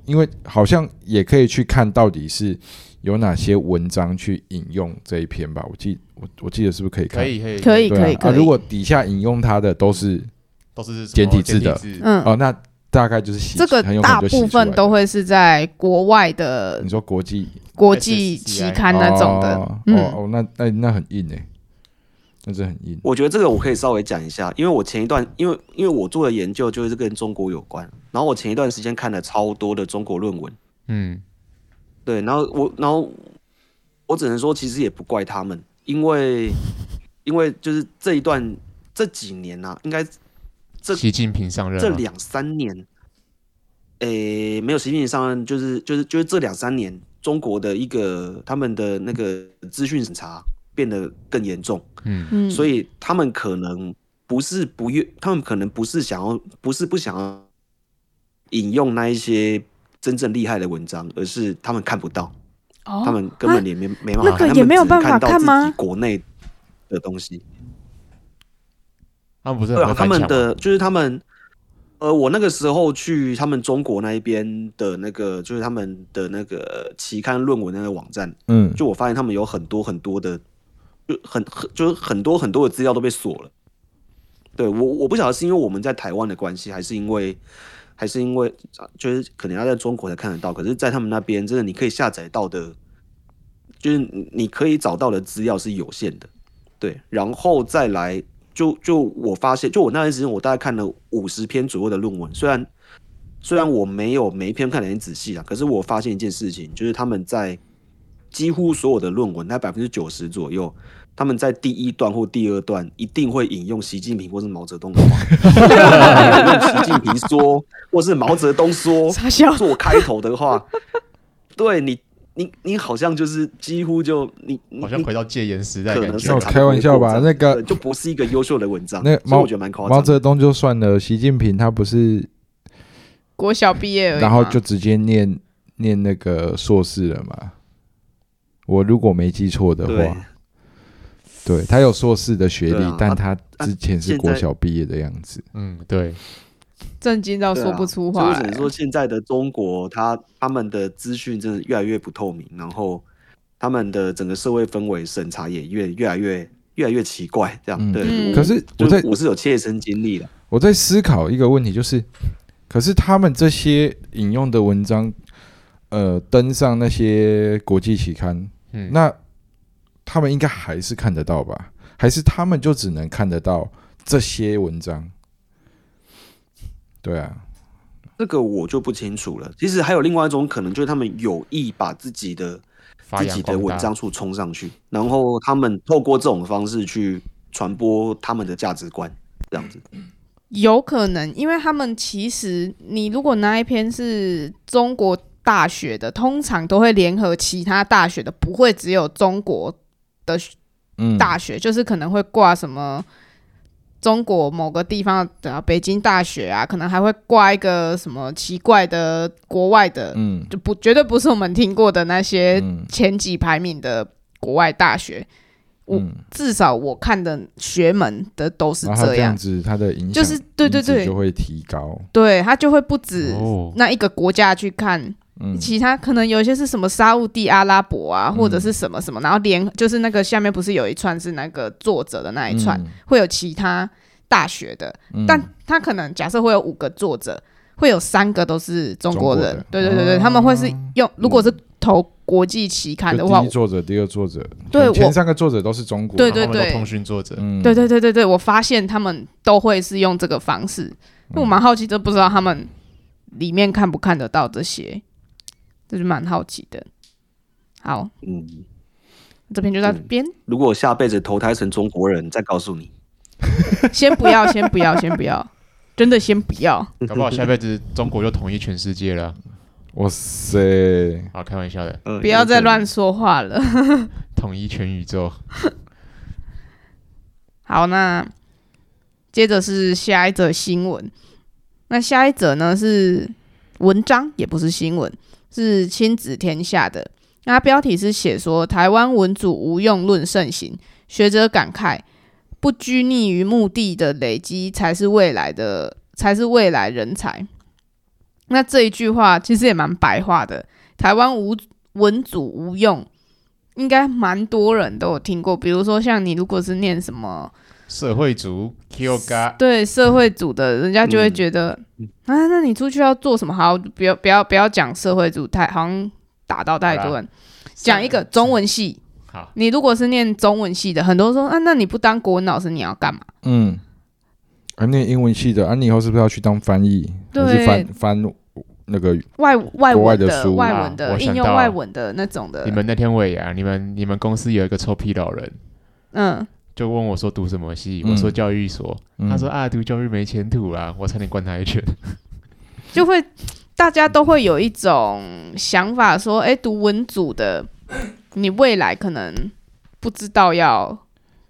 Speaker 3: 因为好像也可以去看到底是有哪些文章去引用这一篇吧。我记我我记得是不是可以看？
Speaker 2: 可以可以
Speaker 1: 可以
Speaker 3: 对啊
Speaker 1: 可以
Speaker 3: 啊
Speaker 1: 可以，
Speaker 3: 如果底下引用它的都是
Speaker 2: 都是
Speaker 3: 简体字的
Speaker 2: 的。
Speaker 1: 嗯，
Speaker 3: 哦，那大概就是洗
Speaker 1: 这个
Speaker 3: 很有可
Speaker 1: 大
Speaker 3: 能就洗
Speaker 1: 部
Speaker 3: 出来
Speaker 1: 分都
Speaker 3: 的
Speaker 1: 会是在国外的
Speaker 3: 你说国际
Speaker 1: 国际期刊那种的，
Speaker 3: 哦
Speaker 1: 嗯
Speaker 3: 哦哦，那那那很硬哎、那真的很硬。
Speaker 4: 我觉得这个我可以稍微讲一下，因为我前一段，因为因为我做的研究就是跟中国有关，然后我前一段时间看了超多的中国论文，
Speaker 2: 嗯，
Speaker 4: 对，然后我然后我只能说，其实也不怪他们，因为因为就是这一段这几年呐、啊，应该这
Speaker 2: 习近平上任啊
Speaker 1: 啊
Speaker 4: 这
Speaker 2: 吗
Speaker 4: 两三年，诶、没有习近平上任，就是就是就是这两三年，中国的一个他们的那个资讯审查变得更严重，
Speaker 2: 嗯
Speaker 1: 嗯，
Speaker 4: 所
Speaker 1: 以
Speaker 4: 以他们可能不是不愿，他们可能不是想要，不是不想要引用那一些真正厉害的文章，而是他们看不到，他
Speaker 1: 哦，
Speaker 4: 们根本连没、没办法
Speaker 2: 那
Speaker 4: 看，
Speaker 2: 个
Speaker 4: 他
Speaker 1: 也
Speaker 4: 们
Speaker 1: 没有
Speaker 4: 只
Speaker 1: 办法
Speaker 4: 看到
Speaker 1: 看
Speaker 4: 自
Speaker 1: 吗
Speaker 4: 己国内的东西。
Speaker 2: 他们不是
Speaker 4: 对
Speaker 2: 很
Speaker 4: 啊
Speaker 2: 会，
Speaker 4: 他
Speaker 2: 翻
Speaker 4: 们
Speaker 2: 墙吗
Speaker 4: 的就是他们，呃，我那个时候去他们中国那一边的那个，就是他们的那个期刊论文那个网站，
Speaker 3: 嗯，
Speaker 4: 就我发现他们有很多很多的，就很很就是很多很多的资料都被锁了。对我我不晓得是因为我们在台湾的关系，还是因为还是因为就是可能要在中国才看得到，可是，在他们那边真的你可以下载到的，就是你你可以找到的资料是有限的。对，然后再来就就我发现，就我那段时间我大概看了五十篇左右的论文，虽然虽然我没有每一篇看得很仔细啊，可是我发现一件事情，就是他们在几乎所有的论文，那百分之九十左右，他们在第一段或第二段一定会引用习近平或是毛泽东
Speaker 2: *laughs*
Speaker 4: 的话，引用习近平说，或是毛泽东说，
Speaker 1: *laughs* 傻笑，
Speaker 4: 做开头的话，对你，你你好像就是几乎就你你
Speaker 2: 好像回到戒严时代
Speaker 4: 可
Speaker 2: 的感
Speaker 4: 能
Speaker 2: 觉
Speaker 4: 是
Speaker 3: 哦
Speaker 4: 残酷的
Speaker 3: 开玩笑吧
Speaker 4: 过程
Speaker 3: 那个
Speaker 4: 对就不是一个优秀的文章，
Speaker 3: 那
Speaker 4: 所以
Speaker 3: 毛
Speaker 4: 我觉得蛮夸
Speaker 3: 毛
Speaker 4: 张的。
Speaker 3: 泽东就算了，习近平他不是，
Speaker 1: 国小毕业而已嘛，
Speaker 3: 然后就直接念念那个硕士了嘛？我如果没记错的
Speaker 4: 对啊
Speaker 3: 话，对他有硕士的学历，
Speaker 4: 对啊
Speaker 3: 但
Speaker 4: 啊
Speaker 3: 他之前是
Speaker 4: 现
Speaker 3: 国
Speaker 4: 在
Speaker 3: 小毕业的样子。
Speaker 2: 嗯，对，
Speaker 1: 震惊到
Speaker 4: 对
Speaker 1: 说
Speaker 4: 啊
Speaker 1: 不出
Speaker 4: 所以
Speaker 1: 话哎
Speaker 4: 我只
Speaker 1: 来
Speaker 4: 能。说现在的中国，他他们的资讯真的越来越不透明，然后他们的整个社会氛围审查也越越来越越来越奇怪，这样、
Speaker 3: 嗯
Speaker 4: 对。
Speaker 1: 嗯
Speaker 4: 我
Speaker 3: 可是我
Speaker 4: 就
Speaker 3: 在
Speaker 4: 我是有切身经历的，
Speaker 3: 我在思考一个问题，就是，可是他们这些引用的文章，呃，登上那些国际期刊，
Speaker 2: 嗯，
Speaker 3: 那他们应该还是看得到吧？还是他们就只能看得到这些文章？对啊，
Speaker 4: 这个我就不清楚了。其实还有另外一种可能，就是他们有意把自己的
Speaker 2: 发
Speaker 4: 自
Speaker 2: 扬
Speaker 4: 己的
Speaker 2: 光
Speaker 4: 文
Speaker 2: 大
Speaker 4: 章处冲上去，然后他们透过这种方式去传播他们的价值观，这样子。
Speaker 1: 有可能，因为他们其实，你如果那一篇是中国大学的，通常都会联合其他大学的，不会只有中国的
Speaker 3: 嗯，
Speaker 1: 大学，就是可能会挂什么中国某个地方的、啊北京大学啊，可能还会挂一个什么奇怪的国外的，
Speaker 3: 嗯
Speaker 1: 就不绝对不是我们听过的那些
Speaker 3: 嗯
Speaker 1: 前几排名的国外大学。我
Speaker 3: 嗯，
Speaker 1: 至少我看的学门的都是
Speaker 3: 然后
Speaker 1: 这
Speaker 3: 啊这样
Speaker 1: 样，
Speaker 3: 子，它的影响
Speaker 1: 就是对对
Speaker 3: 因子
Speaker 1: 对
Speaker 3: 就会提高。
Speaker 1: 对他就会不止
Speaker 2: 哦，
Speaker 1: 那一个国家去看，
Speaker 3: 嗯
Speaker 1: 其他可能有一些是什么沙乌地阿拉伯啊，
Speaker 3: 嗯
Speaker 1: 或者是什么什么，然后连就是那个下面不是有一串是那个作者的那一串，
Speaker 3: 嗯
Speaker 1: 会有其他大学的，
Speaker 3: 嗯
Speaker 1: 但他可能假设会有五个作者，会有三个都是中国人，
Speaker 3: 中国的
Speaker 1: 对对对对，
Speaker 3: 哦
Speaker 1: 他们会是用如果是投国际期刊的
Speaker 3: 就
Speaker 1: 话
Speaker 3: 第一，作者、第二作者，
Speaker 1: 对
Speaker 3: 前
Speaker 1: 我
Speaker 3: 三个作者都是中
Speaker 1: *laughs*
Speaker 3: 国。
Speaker 1: 对对
Speaker 2: 然后他们都
Speaker 1: 对
Speaker 2: 通讯作者，
Speaker 3: 嗯
Speaker 1: 对对对对对，我发现他们都会是用这个方式，
Speaker 3: 嗯
Speaker 1: 因为我蛮好奇，这不知道他们里面看不看得到这些，这就蛮好奇的。好，
Speaker 4: 嗯，
Speaker 1: 这篇就到这边，
Speaker 4: 如果下辈子投胎成中国人，再告诉你。
Speaker 1: 先不要，先不要，先不要，真的先不要。
Speaker 2: 搞不好下辈子中国就统一全世界了。
Speaker 3: 哇塞，
Speaker 2: 啊，开玩笑的，
Speaker 4: 呃
Speaker 1: 不要再乱。说话了。
Speaker 2: 统一全宇宙。
Speaker 1: 好，那接着是下一则新闻。那下一则呢是文章，也不是新闻，是亲子天下的。那它标题是写说台湾文主无用论盛行，学者感慨，不拘泥于目的的累积才是未来的，才是未来人才。那这一句话其实也蛮白话的，台湾无文主无用，应该蛮多人都有听过。比如说像你如果是念什么
Speaker 2: 社会族
Speaker 4: 呃
Speaker 2: Kyoga，
Speaker 1: 对社会组的，人家就会觉得、啊，那你出去要做什么？好，不要不要不要讲社会组太，好像打到太多人。讲一个中文系，
Speaker 2: 好，
Speaker 1: 你如果是念中文系的，很多人说啊，那你不当国文老师你要干嘛？
Speaker 3: 嗯，啊，念英文系的，啊，你以后是不是要去当翻译，还
Speaker 1: 对
Speaker 3: 是翻翻那个？
Speaker 1: 外外
Speaker 3: 国外
Speaker 1: 文
Speaker 3: 的书
Speaker 1: 外
Speaker 2: 啊
Speaker 1: 文的、
Speaker 2: 我
Speaker 1: 应
Speaker 2: 想
Speaker 1: 用
Speaker 2: 到
Speaker 1: 外
Speaker 2: 了
Speaker 1: 文的那种的
Speaker 2: 啊你，们那天尾牙，你们你们公司有一个臭屁老人，
Speaker 1: 嗯，
Speaker 2: 就问我说读什么系，
Speaker 3: 嗯
Speaker 2: 我说教育所，
Speaker 3: 嗯
Speaker 2: 他说啊读教育没前途啦，我差点灌他一拳。
Speaker 1: 就会大家都会有一种想法说，哎，读文组的，你未来可能不知道要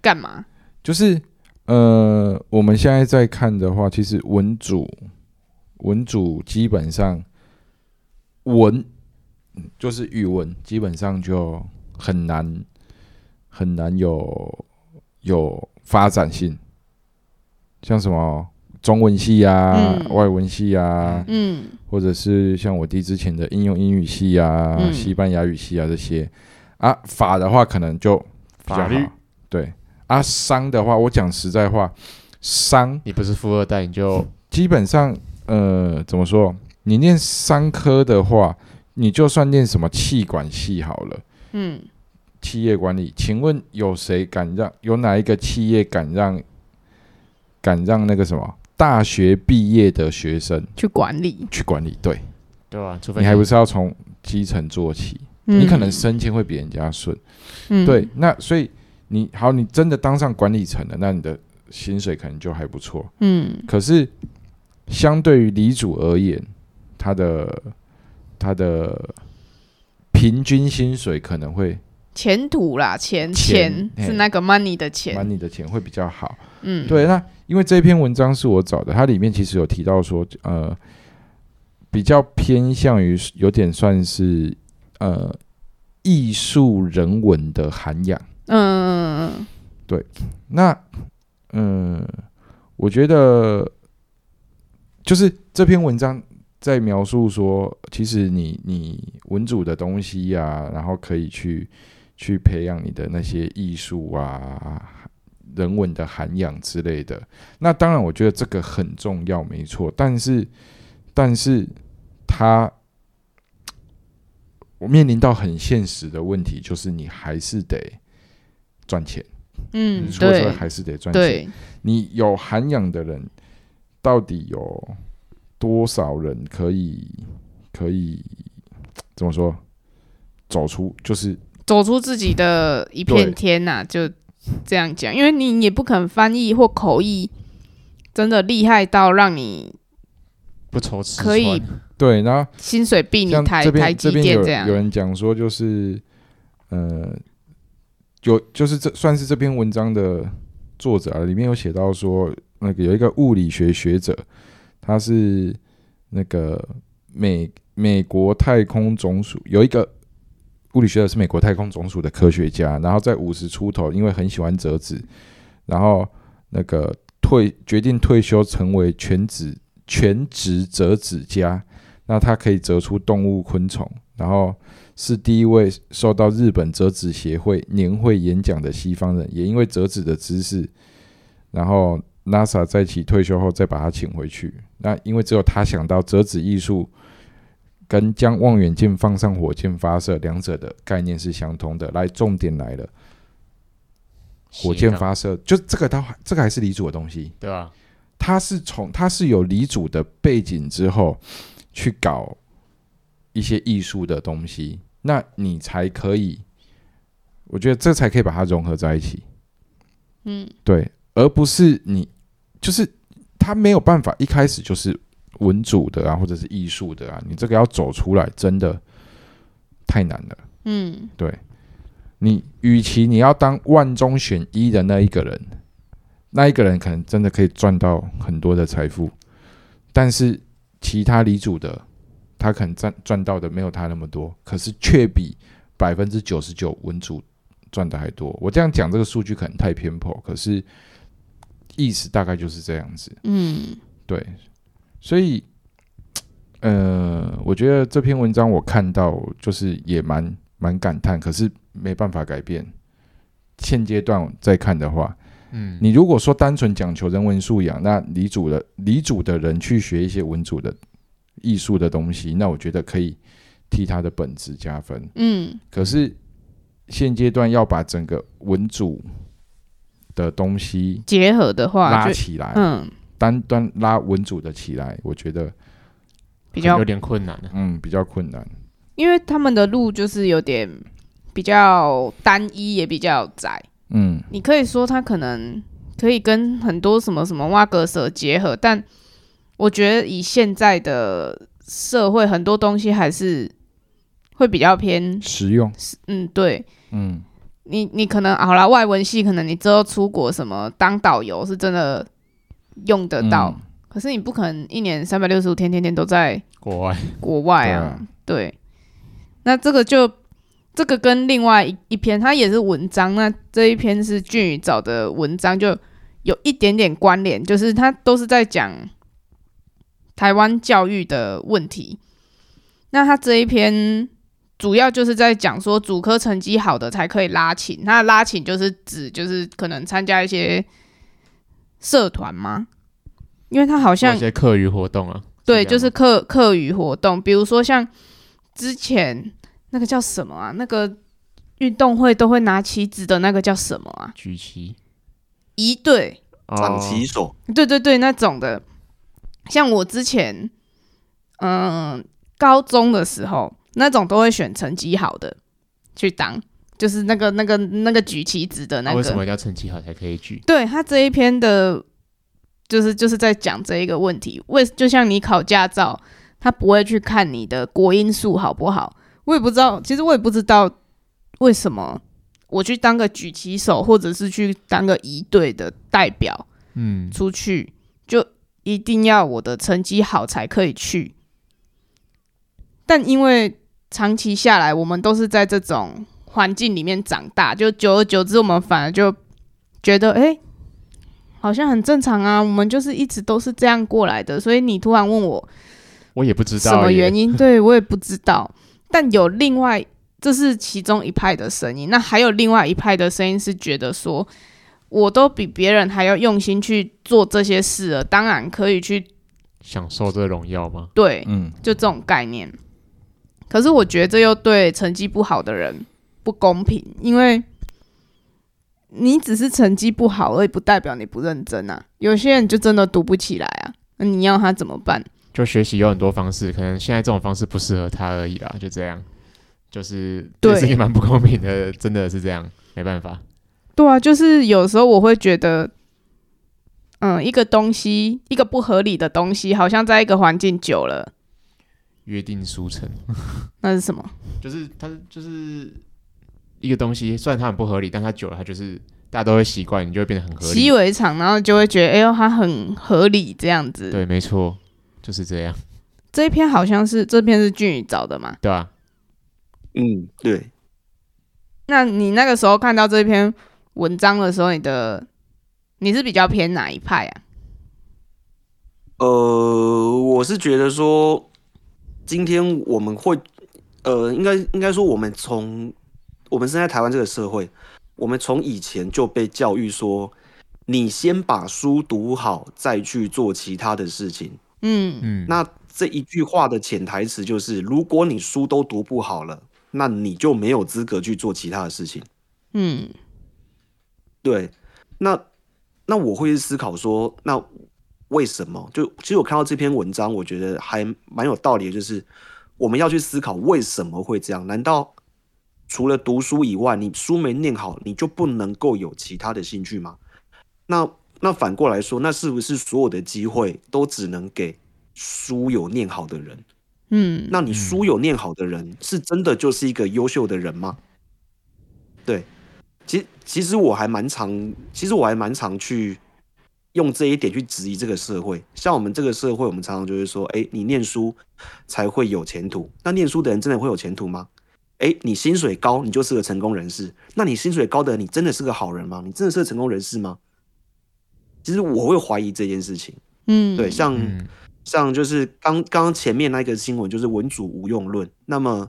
Speaker 1: 干嘛。
Speaker 3: 就是呃，我们现在在看的话，其实文主文主基本上文嗯就是语文，基本上就很难很难有有发展性，像什么中文系啊、
Speaker 1: 嗯
Speaker 3: 外文系啊，
Speaker 1: 嗯
Speaker 3: 或者是像我弟之前的应用英语系啊、
Speaker 1: 嗯
Speaker 3: 西班牙语系啊这些啊，法的话可能就比较
Speaker 2: 法律
Speaker 3: 好对啊，商的话，我讲实在话，商
Speaker 2: *laughs* 你不是富二代，你就
Speaker 3: 基本上呃怎么说？你念商科的话，你就算念什么气管系好了，
Speaker 1: 嗯，
Speaker 3: 企业管理，请问有谁敢让有哪一个企业敢让敢让那个什么大学毕业的学生
Speaker 1: 去管理，
Speaker 3: 去管理？对。
Speaker 2: 对吧、除非
Speaker 3: 你还不是要从基层做起，你可能升迁会比人家顺。
Speaker 1: 嗯
Speaker 3: 对，，那所以你好，你真的当上管理层了，那你的薪水可能就还不错。
Speaker 1: 嗯
Speaker 3: 可是相对于李主而言，他的他的平均薪水可能会
Speaker 1: 前途啦，钱
Speaker 3: 钱嘿
Speaker 1: 是那个 money 的钱，
Speaker 3: money 的钱会比较好。
Speaker 1: 嗯，
Speaker 3: 对，那因为这篇文章是我找的，它里面其实有提到说，呃，比较偏向于有点算是呃艺术人文的涵养。
Speaker 1: 嗯，嗯
Speaker 3: 那嗯，我觉得就是这篇文章在描述说，其实你你文组的东西呀、然后可以去去培养你的那些艺术啊、人文的涵养之类的。那当然，我觉得这个很重要，没错。但是，但是他。我面临到很现实的问题，就是你还是得赚钱。
Speaker 1: 嗯
Speaker 3: 你
Speaker 1: 嗯，
Speaker 3: 出了社
Speaker 1: 对
Speaker 3: 会还是得赚钱。
Speaker 1: 对，
Speaker 3: 你有涵养的人，到底有多少人可以可以怎么说走出？就是
Speaker 1: 走出自己的一片
Speaker 3: 对
Speaker 1: 天呐、就这样讲，因为你也不肯翻译或口译，真的厉害到让你
Speaker 2: 不愁吃啊穿
Speaker 1: 可以
Speaker 3: 对，然后
Speaker 1: 薪水比你
Speaker 3: 像
Speaker 1: 台
Speaker 3: 这
Speaker 1: 台
Speaker 3: 边
Speaker 1: 积
Speaker 3: 这边
Speaker 1: 电
Speaker 3: 有
Speaker 1: 这样
Speaker 3: 有，人讲说，就是呃，有就是这算是这篇文章的作者啊，里面有写到说，那个有一个物理学学者，他是那个美美国太空总署有一个物理学者是美国太空总署的科学家，然后在五十出头，因为很喜欢折纸，然后那个退决定退休，成为全职全职折纸家。那他可以折出动物、昆虫，然后是第一位受到日本折纸协会年会演讲的西方人，也因为折纸的知识，然后 NASA 在其退休后再把他请回去。那因为只有他想到折纸艺术跟将望远镜放上火箭发射两者的概念是相通的。来，重点来了，火箭
Speaker 2: 斜杠
Speaker 3: 发射就这个它这个还是李主的东西，
Speaker 2: 对吧、
Speaker 3: 他是从他是有李主的背景之后去搞一些艺术的东西，那你才可以，我觉得这才可以把它融合在一起，
Speaker 1: 嗯
Speaker 3: 对，而不是你就是他没有办法一开始就是文主的啊，或者是艺术的啊，你这个要走出来真的太难了。
Speaker 1: 嗯
Speaker 3: 对，你与其你要当万中选一的那一个人，那一个人可能真的可以赚到很多的财富，但是其他离主的，他可能赚赚到的没有他那么多，可是却比百分之九十九文主赚的还多。我这样讲这个数据可能太偏颇，可是意思大概就是这样子。
Speaker 1: 嗯，
Speaker 3: 对，所以，呃，我觉得这篇文章我看到就是也蛮蛮感叹，可是没办法改变。现阶段再看的话，
Speaker 2: 嗯，
Speaker 3: 你如果说单纯讲求人文素养，那理主的理主的人去学一些文主的艺术的东西，那我觉得可以替他的本质加分。
Speaker 1: 嗯
Speaker 3: 可是现阶段要把整个文主的东西
Speaker 1: 结合的话
Speaker 3: 拉
Speaker 1: 就
Speaker 3: 起来，
Speaker 1: 嗯
Speaker 3: 单单拉文主的起来，我觉得
Speaker 1: 比较
Speaker 2: 有，点困难啊了、
Speaker 3: 嗯，比较困难。
Speaker 1: 因为他们的路就是有点比较单一，也比较窄，
Speaker 3: 嗯，
Speaker 1: 你可以说它可能可以跟很多什么什么挖格蛇结合，但我觉得以现在的社会，很多东西还是会比较偏，
Speaker 3: 实用，
Speaker 1: 嗯，对
Speaker 3: 嗯，
Speaker 1: 你，你可能啊好啦，外文系可能你之后出国什么当导游是真的用得到，
Speaker 3: 嗯
Speaker 1: 可是你不可能一年三百六十五天天天都在
Speaker 2: 国外
Speaker 1: 国外啊，对。那这个就这个跟另外一一篇，它也是文章，那这一篇是俊宇找的文章，就有一点点关联，就是他都是在讲台湾教育的问题。那他这一篇主要就是在讲说，主科成绩好的才可以拉琴。那拉琴就是指就是可能参加一些社团嘛，因为他好
Speaker 2: 有
Speaker 1: 像
Speaker 2: 一些课余活动啊，
Speaker 1: 对，
Speaker 2: 这
Speaker 1: 就
Speaker 2: 样
Speaker 1: 是
Speaker 2: 吗
Speaker 1: 课课余活动，比如说像之前那个叫什么啊，那个运动会都会拿旗子的那个叫什么啊？
Speaker 2: 举旗、
Speaker 1: 一队，
Speaker 4: 长
Speaker 2: 哦
Speaker 4: 旗手，
Speaker 1: 对对对，那种的。像我之前，嗯，高中的时候，那种都会选成绩好的去当，就是那个那个那个举旗子的那
Speaker 2: 那
Speaker 1: 个。
Speaker 2: 啊为什么要成绩好才可以举？
Speaker 1: 对他这一篇的，就是就是在讲这一个问题，为就像你考驾照，他不会去看你的国音数好不好。我也不知道，其实我也不知道为什么我去当个举旗手，或者是去当个仪队的代表
Speaker 2: 嗯，
Speaker 1: 出去，就一定要我的成绩好才可以去。但因为长期下来，我们都是在这种环境里面长大，就久而久之，我们反而就觉得，哎、好像很正常啊，我们就是一直都是这样过来的。所以你突然问我
Speaker 2: 我也不知道
Speaker 1: 什么
Speaker 2: 耶
Speaker 1: 原
Speaker 2: *laughs*
Speaker 1: 因，对我也不知道。但有另外，这是其中一派的声音。那还有另外一派的声音是觉得说，我都比别人还要用心去做这些事了，当然可以去
Speaker 2: 享受这荣耀吗？
Speaker 1: 对，
Speaker 3: 嗯，
Speaker 1: 就这种概念。可是我觉得这又对成绩不好的人不公平，因为你只是成绩不好而已，不代表你不认真啊。有些人就真的读不起来啊，那你要他怎么办？
Speaker 2: 就学习有很多方式，可能现在这种方式不适合他而已啦，就这样。就是
Speaker 1: 对
Speaker 2: 这事情蛮不公平的，真的是这样，没办法。
Speaker 1: 对啊，就是有时候我会觉得，嗯，一个东西，一个不合理的东西，好像在一个环境久了，
Speaker 2: 约定俗成，
Speaker 1: 那是什么？
Speaker 2: 就是它是就是一个东西，虽然它很不合理，但它久了，它就是大家都会习惯，你就会变得很合
Speaker 1: 习以
Speaker 2: 理。
Speaker 1: 为常，然后就会觉得，哎呦，它很合理这样子。
Speaker 2: 对，没错，就是这样，
Speaker 1: 这一篇好像是这篇是俊宇找的嘛？
Speaker 2: 对吧、
Speaker 4: 嗯，对，
Speaker 1: 那你那个时候看到这篇文章的时候，你的你是比较偏哪一派啊？
Speaker 4: 呃，我是觉得说，今天我们会，呃，应该应该说，我们从我们生在台湾这个社会，我们从以前就被教育说，你先把书读好，再去做其他的事情。
Speaker 1: 嗯，
Speaker 2: 嗯，
Speaker 4: 那这一句话的潜台词就是，如果你书都读不好了，那你就没有资格去做其他的事情。
Speaker 1: 嗯，
Speaker 4: 对，那那我会思考说，那为什么？就其实我看到这篇文章，我觉得还蛮有道理的，就是我们要去思考为什么会这样？难道除了读书以外，你书没念好，你就不能够有其他的兴趣吗？那那反过来说，那是不是所有的机会都只能给书有念好的人？
Speaker 1: 嗯，
Speaker 4: 那你书有念好的人，是真的就是一个优秀的人吗？对，其其实我还蛮常，其实我还蛮常去用这一点去质疑这个社会。像我们这个社会，我们常常就会说，哎，你念书才会有前途。那念书的人真的会有前途吗？哎，你薪水高，你就是个成功人士。那你薪水高的人，你真的是个好人吗？你真的是个成功人士吗？其实我会怀疑这件事情。
Speaker 1: 嗯，
Speaker 4: 对，像。
Speaker 2: 嗯，
Speaker 4: 像就是刚刚刚前面那个新闻，就是文主无用论。那么，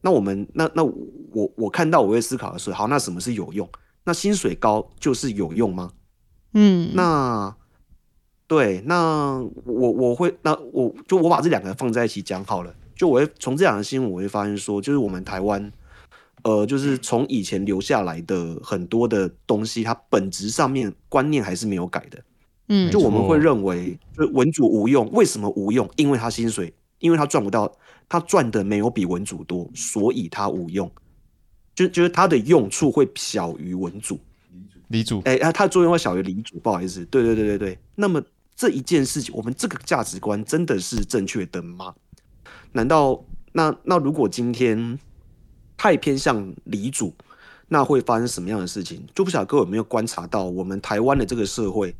Speaker 4: 那我们那那我我看到我会思考的是，好，那什么是有用？那薪水高就是有用吗？
Speaker 1: 嗯，
Speaker 4: 那对，那我我会那我就我把这两个放在一起讲好了。就我会从这两个新闻，我会发现说，就是我们台湾，呃，就是从以前留下来的很多的东西，它本质上面观念还是没有改的。
Speaker 1: 嗯
Speaker 4: 就我们
Speaker 2: 没错
Speaker 4: 会认为，就是文主无用，为什么无用？因为他薪水，因为他赚不到，他赚的没有比文主多，所以他无用。就就是他的用处会小于文主，
Speaker 2: 李主
Speaker 4: 哎、它它的作用要小于离主，不好意思，对对对对对。那么这一件事情，我们这个价值观真的是正确的吗？难道那那如果今天太偏向离主，那会发生什么样的事情？就不晓得各位有没有观察到，我们台湾的这个社会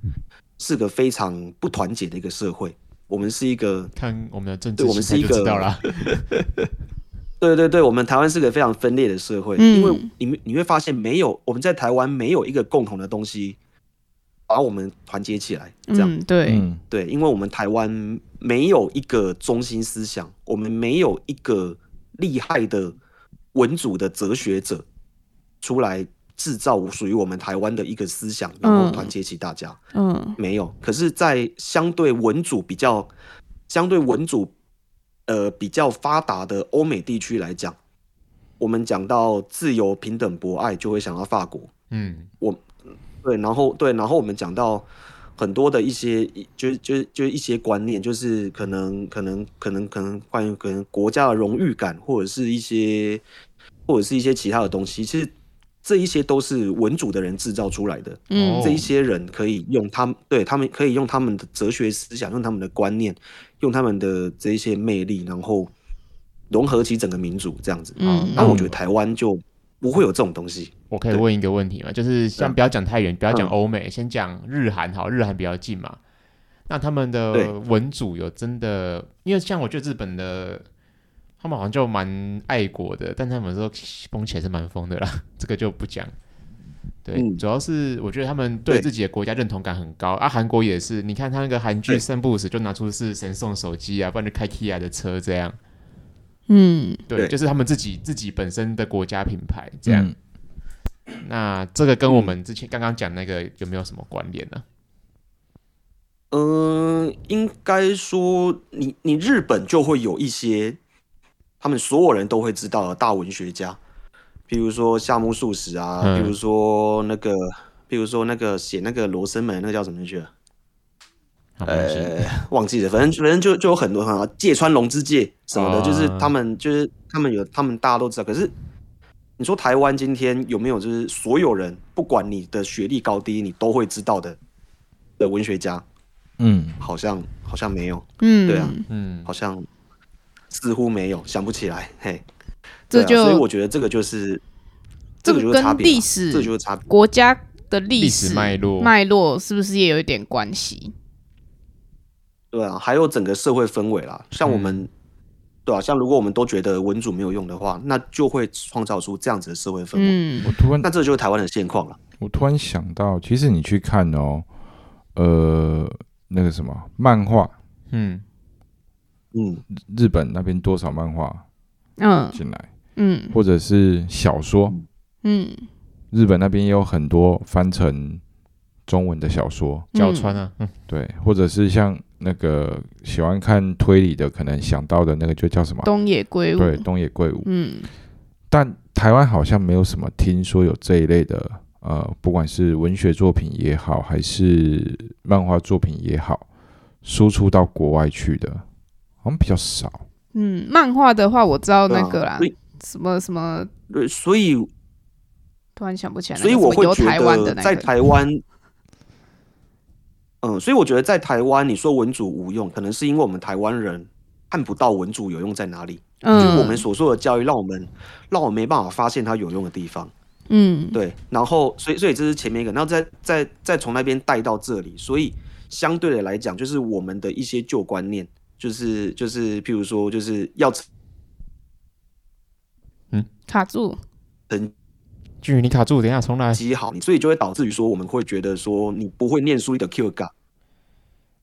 Speaker 4: 是个非常不团结的一个社会，我们是一个
Speaker 2: 看我们的政治
Speaker 4: 对我们
Speaker 2: 形态
Speaker 4: 是一
Speaker 2: 就知
Speaker 4: 个
Speaker 2: 道啦。
Speaker 4: 对对对，我们台湾是个非常分裂的社会，
Speaker 1: 嗯
Speaker 4: 因为你们你会发现没有我们在台湾没有一个共同的东西把我们团结起来，这样、
Speaker 1: 嗯，对，
Speaker 3: 嗯，
Speaker 4: 对，因为我们台湾没有一个中心思想，我们没有一个厉害的文主的哲学者出来制造属于我们台湾的一个思想，然后
Speaker 1: 嗯
Speaker 4: 团结起大家。
Speaker 1: 嗯
Speaker 4: 没有。可是，在相对文主比较、相对文主呃比较发达的欧美地区来讲，我们讲到自由、平等、博爱，就会想到法国。
Speaker 2: 嗯，
Speaker 4: 对，然后对，然后我们讲到很多的一些，就就就一些观念，就是可能可能可能可能关于可能国家的荣誉感，或者是一些或者是一些其他的东西，其实这一些都是文主的人制造出来的。
Speaker 1: 嗯
Speaker 2: 哦
Speaker 4: 这一些人可以用他们对他们可以用他们的哲学思想，用他们的观念，用他们的这一些魅力，然后融合起整个民族这样子。
Speaker 1: 嗯
Speaker 4: 那我
Speaker 2: 嗯
Speaker 4: 觉得台湾就不会有这种东西。
Speaker 2: 我可以
Speaker 4: 对
Speaker 2: 问一个问题嘛，就是像
Speaker 4: 对
Speaker 2: 不要讲太远，不要讲
Speaker 4: 嗯
Speaker 2: 欧美，先讲日韩好，日韩比较近嘛。那他们
Speaker 4: 对
Speaker 2: 的文主有真的，因为像我觉得日本的，他们好像就蛮爱国的，但他们说疯起来是蛮疯的啦， *laughs* 这个就不讲。对，
Speaker 4: 嗯
Speaker 2: 主要是我觉得他们对
Speaker 4: 对
Speaker 2: 自己的国家认同感很高啊。韩国也是，你看他那个韩剧
Speaker 4: 对
Speaker 2: 散步时就拿出是神送手机啊，不然就开 Kia 的车这样。
Speaker 1: 嗯
Speaker 2: 对，
Speaker 4: 对
Speaker 2: 就是他们自己自己本身的国家品牌这样。那这个跟我们之前刚刚讲那个有没有什么关联呢、
Speaker 4: 嗯，应该说你你日本就会有一些他们所有人都会知道的大文学家，比如说夏目漱石啊，
Speaker 2: 嗯
Speaker 4: 比如说那个，比如说那个写那个罗生门的那个叫什么去了？
Speaker 2: 好没关系
Speaker 4: 呃，忘记了，反正反正就就有很多很好，芥川龙之介什么的，
Speaker 2: 啊
Speaker 4: 就是他们就是他们有他们大家都知道。可是你说台湾今天有没有就是所有人不管你的学历高低，你都会知道的的文学家，
Speaker 3: 嗯，
Speaker 4: 好像好像没有，
Speaker 1: 嗯，
Speaker 4: 对啊，
Speaker 2: 嗯
Speaker 4: 好像似乎没有，想不起来。嘿，
Speaker 1: 这
Speaker 4: 对啊所以
Speaker 1: 就
Speaker 4: 我觉得这个就是
Speaker 1: 这
Speaker 4: 个
Speaker 1: 个
Speaker 4: 就是差
Speaker 1: 跟
Speaker 4: 别
Speaker 1: 历
Speaker 4: 啊，这个
Speaker 1: 史
Speaker 4: 就是差别。
Speaker 1: 国家的历
Speaker 2: 历史
Speaker 1: 史
Speaker 2: 脉络
Speaker 1: 脉络是不是也有一点关系？
Speaker 4: 对啊，还有整个社会氛围
Speaker 1: 嗯
Speaker 4: 啦，像我们，对啊，像如果我们都觉得文主没有用的话，那就会创造出这样子的社会氛围。
Speaker 1: 嗯
Speaker 3: 我突然
Speaker 4: 那这就是台湾的现况了。
Speaker 3: 我突然想到，其实你去看哦，呃，那个什么漫画，
Speaker 2: 嗯，
Speaker 4: 嗯，
Speaker 3: 日本那边多少漫画
Speaker 1: 嗯
Speaker 3: 进来，
Speaker 1: 嗯
Speaker 3: 或者是小说，
Speaker 1: 嗯，
Speaker 3: 日本那边也有很多翻成中文的小说，
Speaker 2: 角川啊，嗯，
Speaker 3: 对，或者是像那个喜欢看推理的，可能想到的那个就叫什么？
Speaker 1: 东野圭吾，
Speaker 3: 对，东野圭吾。
Speaker 1: 嗯
Speaker 3: 但台湾好像没有什么听说有这一类的，呃，不管是文学作品也好，还是漫画作品也好，输出到国外去的，好像比较少。
Speaker 1: 嗯，漫画的话我知道哦那个
Speaker 4: 对
Speaker 1: 啦
Speaker 4: 啊所，以
Speaker 1: 什么什么，
Speaker 4: 对，所以
Speaker 1: 突然想不起来那
Speaker 4: 所
Speaker 1: 个，
Speaker 4: 以我
Speaker 1: 什么
Speaker 4: 会
Speaker 1: 游
Speaker 4: 觉
Speaker 1: 台湾的
Speaker 4: 得
Speaker 1: 那
Speaker 4: 在
Speaker 1: 个，
Speaker 4: 台湾，嗯，所以我觉得在台湾，你说文主无用，可能是因为我们台湾人看不到文主有用在哪里，就是我们
Speaker 1: 嗯
Speaker 4: 所受的教育，让我们让我没办法发现它有用的地方。
Speaker 1: 嗯
Speaker 4: 对，然后所以所以这是前面一个，然后再再再从那边带到这里，所以相对的来讲，就是我们的一些旧观念，就是就是譬如说就是要
Speaker 1: 卡住，
Speaker 4: 成
Speaker 2: 俊宇你卡住，等一下重来，
Speaker 4: 绩好，所以就会导致于说我们会觉得说你不会念书的 Q 嘎，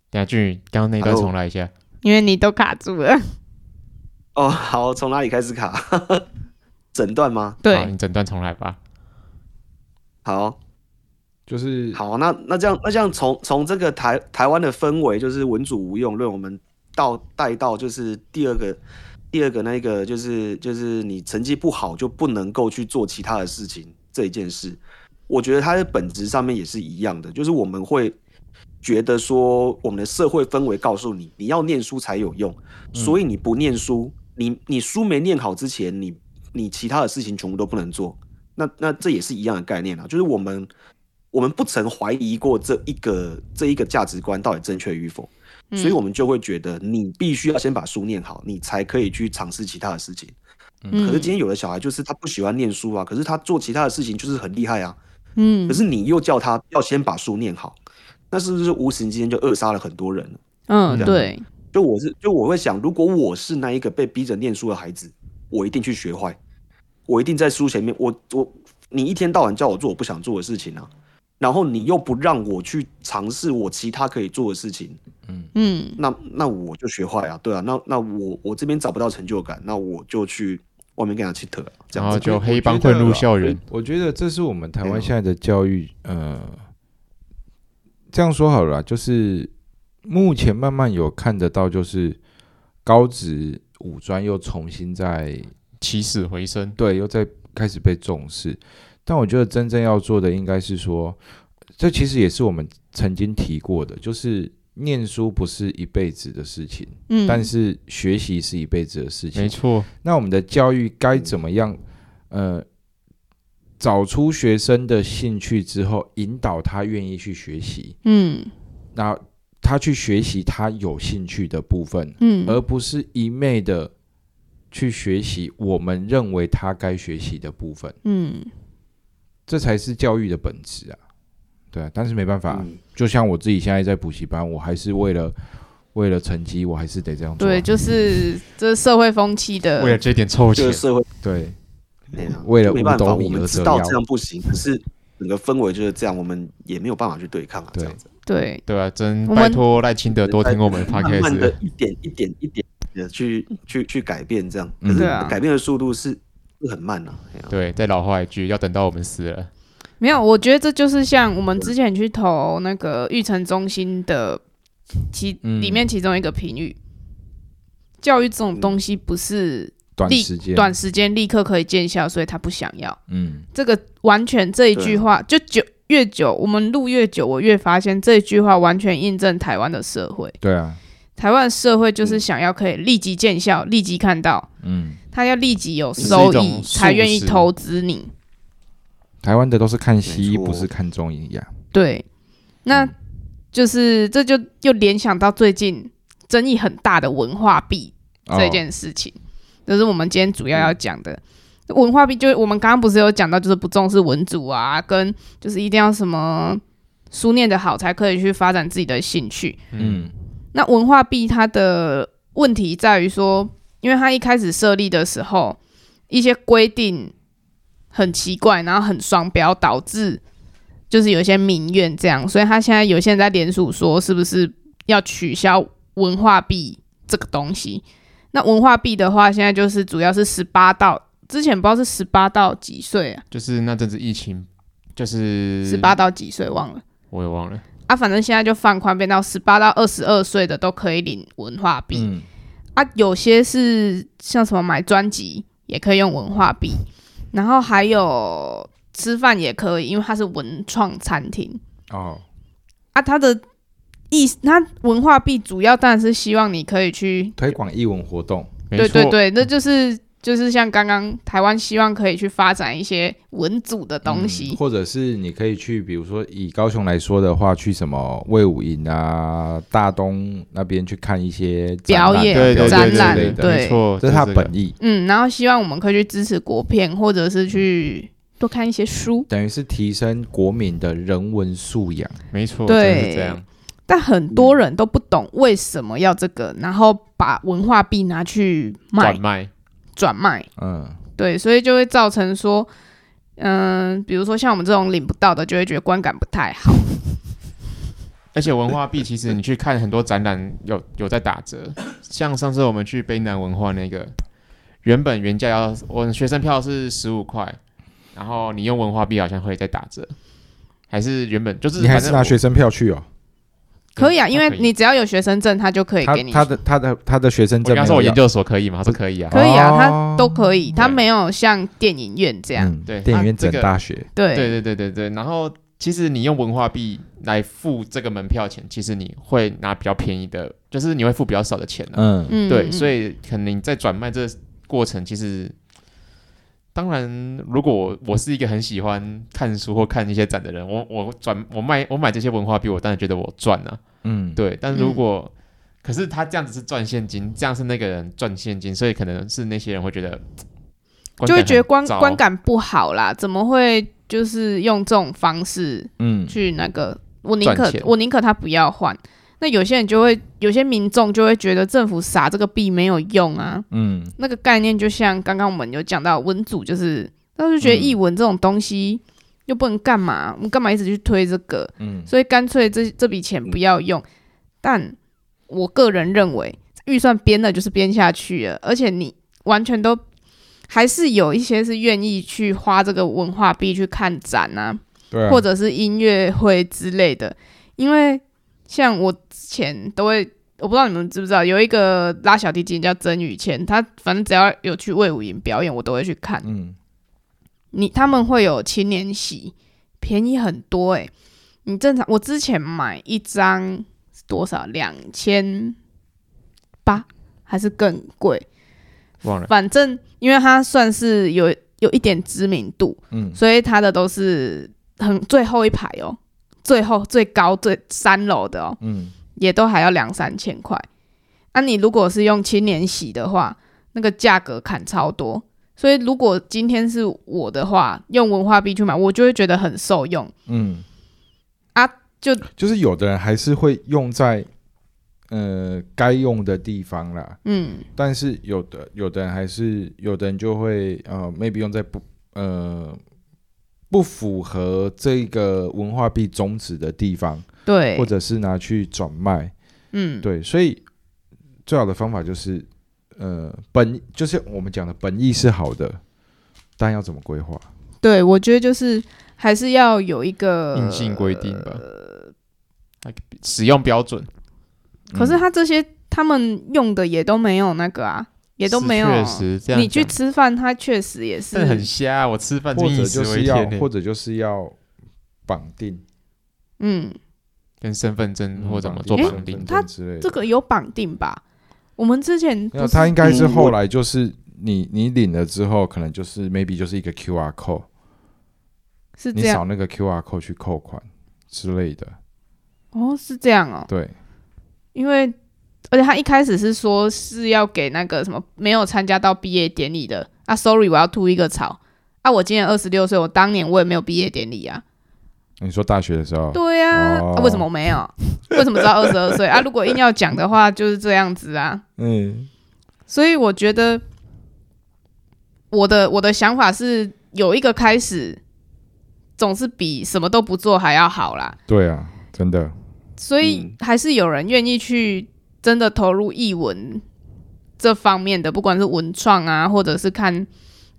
Speaker 2: 等一下俊宇刚刚那一段
Speaker 4: Hello
Speaker 2: 重来一下，
Speaker 1: 因为你都卡住了， *laughs*
Speaker 4: 哦，好，从哪里开始卡？ *laughs* 诊断吗？
Speaker 2: 好
Speaker 1: 对，
Speaker 2: 你整段重来吧。
Speaker 4: 好
Speaker 3: 就是
Speaker 4: 好，那那这样那这样从从这个台台湾的氛围，就是文主无用论，我们到带到就是第二个第二个那个就是就是你成绩不好就不能够去做其他的事情这一件事，我觉得它的本质上面也是一样的，就是我们会觉得说我们的社会氛围告诉你你要念书才有用，所以你不念书，你你书没念好之前，你你其他的事情全部都不能做。那那这也是一样的概念啊，就是我们我们不曾怀疑过这一个这一个价值观到底正确与否，
Speaker 1: 嗯
Speaker 4: 所以我们就会觉得你必须要先把书念好，你才可以去尝试其他的事情。
Speaker 1: 嗯
Speaker 4: 可是今天有的小孩就是他不喜欢念书啊，可是他做其他的事情就是很厉害啊，
Speaker 1: 嗯
Speaker 4: 可是你又叫他要先把书念好，那是不是无形之间就扼杀了很多人？
Speaker 1: 嗯
Speaker 4: 这样
Speaker 1: 对，
Speaker 4: 就我是就我会想，如果我是那一个被逼着念书的孩子，我一定去学坏，我一定在书前面，我我你一天到晚叫我做我不想做的事情啊，然后你又不让我去尝试我其他可以做的事情，
Speaker 1: 嗯
Speaker 4: 那那我就学坏啊，对啊，那那我我这边找不到成就感，那我就去外面跟他去特，啊这
Speaker 2: 然
Speaker 4: 样
Speaker 2: 后
Speaker 4: 子
Speaker 2: 就黑帮混入校园，
Speaker 3: 我觉得这是我们台湾现在的教育，呃，这样说好了啦，就是目前慢慢有看得到，就是高职五专又重新在
Speaker 2: 起死回生。
Speaker 3: 对，又在开始被重视。但我觉得真正要做的应该是说，这其实也是我们曾经提过的，就是念书不是一辈子的事情，
Speaker 1: 嗯，
Speaker 3: 但是学习是一辈子的事情
Speaker 2: 没。错，
Speaker 3: 那我们的教育该怎么样？呃，找出学生的兴趣之后，引导他愿意去学习，
Speaker 1: 嗯
Speaker 3: 那他去学习他有兴趣的部分，
Speaker 1: 嗯
Speaker 3: 而不是一昧的去学习我们认为他该学习的部分，
Speaker 1: 嗯
Speaker 3: 这才是教育的本质啊。对啊，但是没办法啊，
Speaker 4: 嗯
Speaker 3: 就像我自己现在在补习班，我还是为了为了成绩，我还是得这样做啊。
Speaker 1: 对，就是这社会风气的
Speaker 2: 为了这点臭
Speaker 4: 这
Speaker 2: 钱
Speaker 4: 个，社会
Speaker 3: 对，
Speaker 4: 对啊
Speaker 3: 为了
Speaker 4: 就没办
Speaker 3: 五
Speaker 4: 法，
Speaker 3: 斗
Speaker 4: 我
Speaker 3: 米
Speaker 4: 们
Speaker 3: 而
Speaker 4: 知
Speaker 3: 折
Speaker 4: 道
Speaker 3: 腰
Speaker 4: 这样不行，可是整个氛围就是这样，我们也没有办法去对抗啊，这
Speaker 3: 对
Speaker 4: 样子。
Speaker 1: 对
Speaker 2: 对啊，真
Speaker 1: 我们
Speaker 2: 拜托赖清德多听我们 *laughs*
Speaker 4: 慢慢
Speaker 2: podcast
Speaker 4: 的。一点一点一点的去去去改变这样，可
Speaker 3: 嗯
Speaker 4: 是
Speaker 1: 对啊
Speaker 4: 改变的速度是是很慢啊。哎呀
Speaker 2: 对，再老话一句，要等到我们死了。
Speaker 1: 没有，我觉得这就是像我们之前去投那个育成中心的其、
Speaker 3: 嗯
Speaker 1: 里面其中一个评语，教育这种东西不是
Speaker 3: 短
Speaker 1: 立
Speaker 3: 时间，
Speaker 1: 短时间立刻可以见效，所以他不想要。
Speaker 3: 嗯，
Speaker 1: 这个完全这一句话，就久越久，我们录越久，我越发现这一句话完全印证台湾的社会。
Speaker 3: 对啊，
Speaker 1: 台湾社会
Speaker 2: 嗯
Speaker 1: 就是想要可以立即见效，立即看到，
Speaker 3: 嗯，
Speaker 1: 他要立即有
Speaker 2: 是一
Speaker 1: 收
Speaker 2: 种
Speaker 1: 益才愿意
Speaker 2: 速食
Speaker 1: 投资你。
Speaker 3: 台湾的都是看西医，
Speaker 4: 没错
Speaker 3: 不是看中医呀、
Speaker 1: 对，那
Speaker 3: 嗯
Speaker 1: 就是这就又联想到最近争议很大的文化币
Speaker 3: 哦嗯
Speaker 1: 这件事情，这是我们今天主要要讲的。文化币就是我们刚刚不是有讲到，就是不重视文主啊，跟就是一定要什么书念得好才可以去发展自己的兴趣。
Speaker 3: 嗯
Speaker 1: 那文化币它的问题在于说，因为它一开始设立的时候，一些规定很奇怪，然后很双标，导致就是有一些民怨这样，所以他现在有些人在联署说，是不是要取消文化币这个东西？那文化币的话，现在就是主要是十八到之前不知道是十八到几岁啊，
Speaker 2: 就是那阵子疫情，就是
Speaker 1: 十八，到几岁忘了
Speaker 2: 我也忘了。
Speaker 1: 啊，反正现在就放宽，变到十八到二十二岁的都可以领文化币。
Speaker 3: 嗯
Speaker 1: 啊，有些是像什么买专辑也可以用文化币，然后还有吃饭也可以，因为它是文创餐厅
Speaker 3: 哦，
Speaker 1: 啊。它的意思，它文化币主要当然是希望你可以去，
Speaker 3: 推广艺文活动，
Speaker 2: 没
Speaker 1: 对
Speaker 2: 错
Speaker 1: 对，对，那就是就是像刚刚台湾希望可以去发展一些文组的东
Speaker 3: 嗯
Speaker 1: 西，
Speaker 3: 或者是你可以去，比如说以高雄来说的话，去什么魏武营啊、大东那边去看一些展览
Speaker 1: 表演
Speaker 2: 对对
Speaker 1: 展
Speaker 2: 对
Speaker 1: 览
Speaker 2: 对
Speaker 3: 之
Speaker 2: 对
Speaker 3: 类的
Speaker 1: 对
Speaker 2: 没错，
Speaker 3: 这是他
Speaker 2: 就
Speaker 3: 本
Speaker 2: 个
Speaker 3: 意，
Speaker 1: 嗯，然后希望我们可以去支持国片，或者是去多看一些书，
Speaker 3: 等于是提升国民的人文素养。
Speaker 2: 没错，
Speaker 1: 对
Speaker 2: 真的是这样。
Speaker 1: 但很
Speaker 2: 嗯
Speaker 1: 多人都不懂为什么要这个，然后把文化币拿去卖
Speaker 2: 转卖，
Speaker 1: 转卖，
Speaker 3: 嗯，
Speaker 1: 对，所以就会造成说，嗯、比如说像我们这种领不到的，就会觉得观感不太好。
Speaker 2: 而且文化币其实你去看很多展览有有在打折，像上次我们去北南文化那个，原本原价要我们学生票是十五块，然后你用文化币好像会再打折，还是原本就是
Speaker 3: 你还是拿学
Speaker 2: 生
Speaker 3: 生票去哦。
Speaker 1: 可以啊，
Speaker 2: 嗯
Speaker 1: 因
Speaker 2: 那
Speaker 1: 为
Speaker 2: 可以
Speaker 1: 你只要有学生证，他就可以
Speaker 3: 他
Speaker 1: 给你。
Speaker 3: 他的他的他的学生
Speaker 2: 我
Speaker 3: 证
Speaker 2: 刚
Speaker 3: 没
Speaker 2: 说
Speaker 3: 有
Speaker 2: 我研
Speaker 3: 要，
Speaker 2: 究所可以吗？他说可以啊，
Speaker 1: 可以啊，
Speaker 3: 哦
Speaker 1: 他都可以，他
Speaker 2: 对
Speaker 1: 没有像电影院这样。
Speaker 3: 嗯，
Speaker 2: 对
Speaker 3: 电影院
Speaker 2: 他这
Speaker 3: 整
Speaker 2: 个
Speaker 3: 大学，
Speaker 1: 对
Speaker 2: 对对对对对，然后其实你用文化币来付这个门票钱，其实你会拿比较便宜的，就是你会付比较少的钱、啊。
Speaker 3: 嗯，
Speaker 1: 嗯，
Speaker 2: 对，所
Speaker 1: 以
Speaker 2: 以可能你在转卖这个过程，其实当然，如果我我是一个很喜欢看书或看一些展的人，我我转我卖我买这些文化币，我当然觉得我赚啊。
Speaker 3: 嗯，
Speaker 2: 对，但如果、可是他这样子是赚现金，这样是那个人赚现金，所以可能是那些人会觉得，观
Speaker 1: 就会
Speaker 2: 感
Speaker 1: 觉得
Speaker 2: 很
Speaker 1: 观
Speaker 2: 糟
Speaker 1: 观感不好啦，怎么会就是用这种方式
Speaker 3: 嗯，
Speaker 1: 去那个？我宁
Speaker 2: 赚
Speaker 1: 可
Speaker 2: 钱
Speaker 1: 我宁可他不要换。那有些人就会，有些民众就会觉得政府撒这个币没有用啊。
Speaker 3: 嗯，
Speaker 1: 那个概念就像刚刚我们有讲到文组，就是他就觉得
Speaker 3: 嗯
Speaker 1: 译文这种东西又不能干嘛，我们干嘛一直去推这个？
Speaker 3: 嗯
Speaker 1: 所以干脆这这笔钱不要用。但我个人认为，预算编了就是编下去了，而且你完全都还是有一些是愿意去花这个文化币去看展啊，
Speaker 3: 对啊，
Speaker 1: 或者是音乐会之类的。因为像我之前都会，我不知道你们知不知道，有一个拉小提琴叫曾宇谦，他反正只要有去魏武营表演，我都会去看。
Speaker 3: 嗯
Speaker 1: 你他们会有青年席，便宜很多诶、你正常，我之前买一张是多少？两千八还是更贵？
Speaker 2: 忘了，
Speaker 1: 反正因为它算是有有一点知名度，
Speaker 3: 嗯
Speaker 1: 所以它的都是很最后一排哦，最后最高最三楼的哦，
Speaker 3: 嗯，
Speaker 1: 也都还要两三千块。那、你如果是用青年洗的话，那个价格砍超多。所以如果今天是我的话，用文化币去买，我就会觉得很受用。
Speaker 3: 嗯
Speaker 1: 啊，就
Speaker 3: 就是有的人还是会用在呃该用的地方啦，
Speaker 1: 嗯，
Speaker 3: 但是有的有的人还是有的人就会呃 maybe 用在不呃不符合这个文化币宗旨的地方，
Speaker 1: 对
Speaker 3: 或，者是拿去转卖，
Speaker 1: 嗯，
Speaker 3: 对，所以最好的方法就是呃本就是我们讲的本意是好的，但要怎么规划？
Speaker 1: 对，我觉得就是还是要有一个
Speaker 2: 硬性规定吧，
Speaker 3: 呃
Speaker 2: 使用标准嗯
Speaker 1: 可是他这些他们用的也都没有那个啊，也都
Speaker 2: 是
Speaker 1: 没有。
Speaker 2: 确实这样
Speaker 1: 你去
Speaker 2: 讲
Speaker 1: 吃饭，他确实也是
Speaker 2: 但很瞎啊，我吃饭
Speaker 3: 或
Speaker 2: 以
Speaker 3: 者
Speaker 2: 食
Speaker 3: 就
Speaker 2: 为
Speaker 3: 是要
Speaker 2: 天呢
Speaker 3: 或者就是要绑定
Speaker 1: 嗯，
Speaker 2: 跟身份证
Speaker 3: 嗯
Speaker 2: 或怎么
Speaker 3: 绑
Speaker 2: 做
Speaker 3: 定
Speaker 2: 绑定
Speaker 3: 身份，
Speaker 1: 他
Speaker 3: 证之类的
Speaker 1: 这个有绑定吧？我们之前
Speaker 3: 没有，
Speaker 1: 不是
Speaker 3: 它应该是
Speaker 4: 嗯
Speaker 3: 后
Speaker 4: 我
Speaker 3: 来就是你你领了之后，可能就是 maybe 就是一个 QR code，
Speaker 1: 是
Speaker 3: 你
Speaker 1: 这样
Speaker 3: 扫那个 QR code 去扣款之类的。
Speaker 1: 哦，是这样哦，
Speaker 3: 对，
Speaker 1: 因为而且他一开始是说是要给那个什么没有参加到毕业典礼的啊，sorry，我要吐一个槽啊，我今年二十六岁，我当年我也没有毕业典礼啊，
Speaker 3: 你说大学的时候，
Speaker 1: 对啊，
Speaker 3: 哦
Speaker 1: 啊为什么我没有？为什么只到二十二
Speaker 3: *laughs*
Speaker 1: 岁啊？如果硬要讲的话，就是这样子啊。
Speaker 3: 嗯
Speaker 1: 所以我觉得我的我的想法是有一个开始，总是比什么都不做还要好啦。
Speaker 3: 对啊，真的，
Speaker 1: 所以
Speaker 4: 嗯
Speaker 1: 还是有人愿意去真的投入译文这方面的，不管是文创啊，或者是看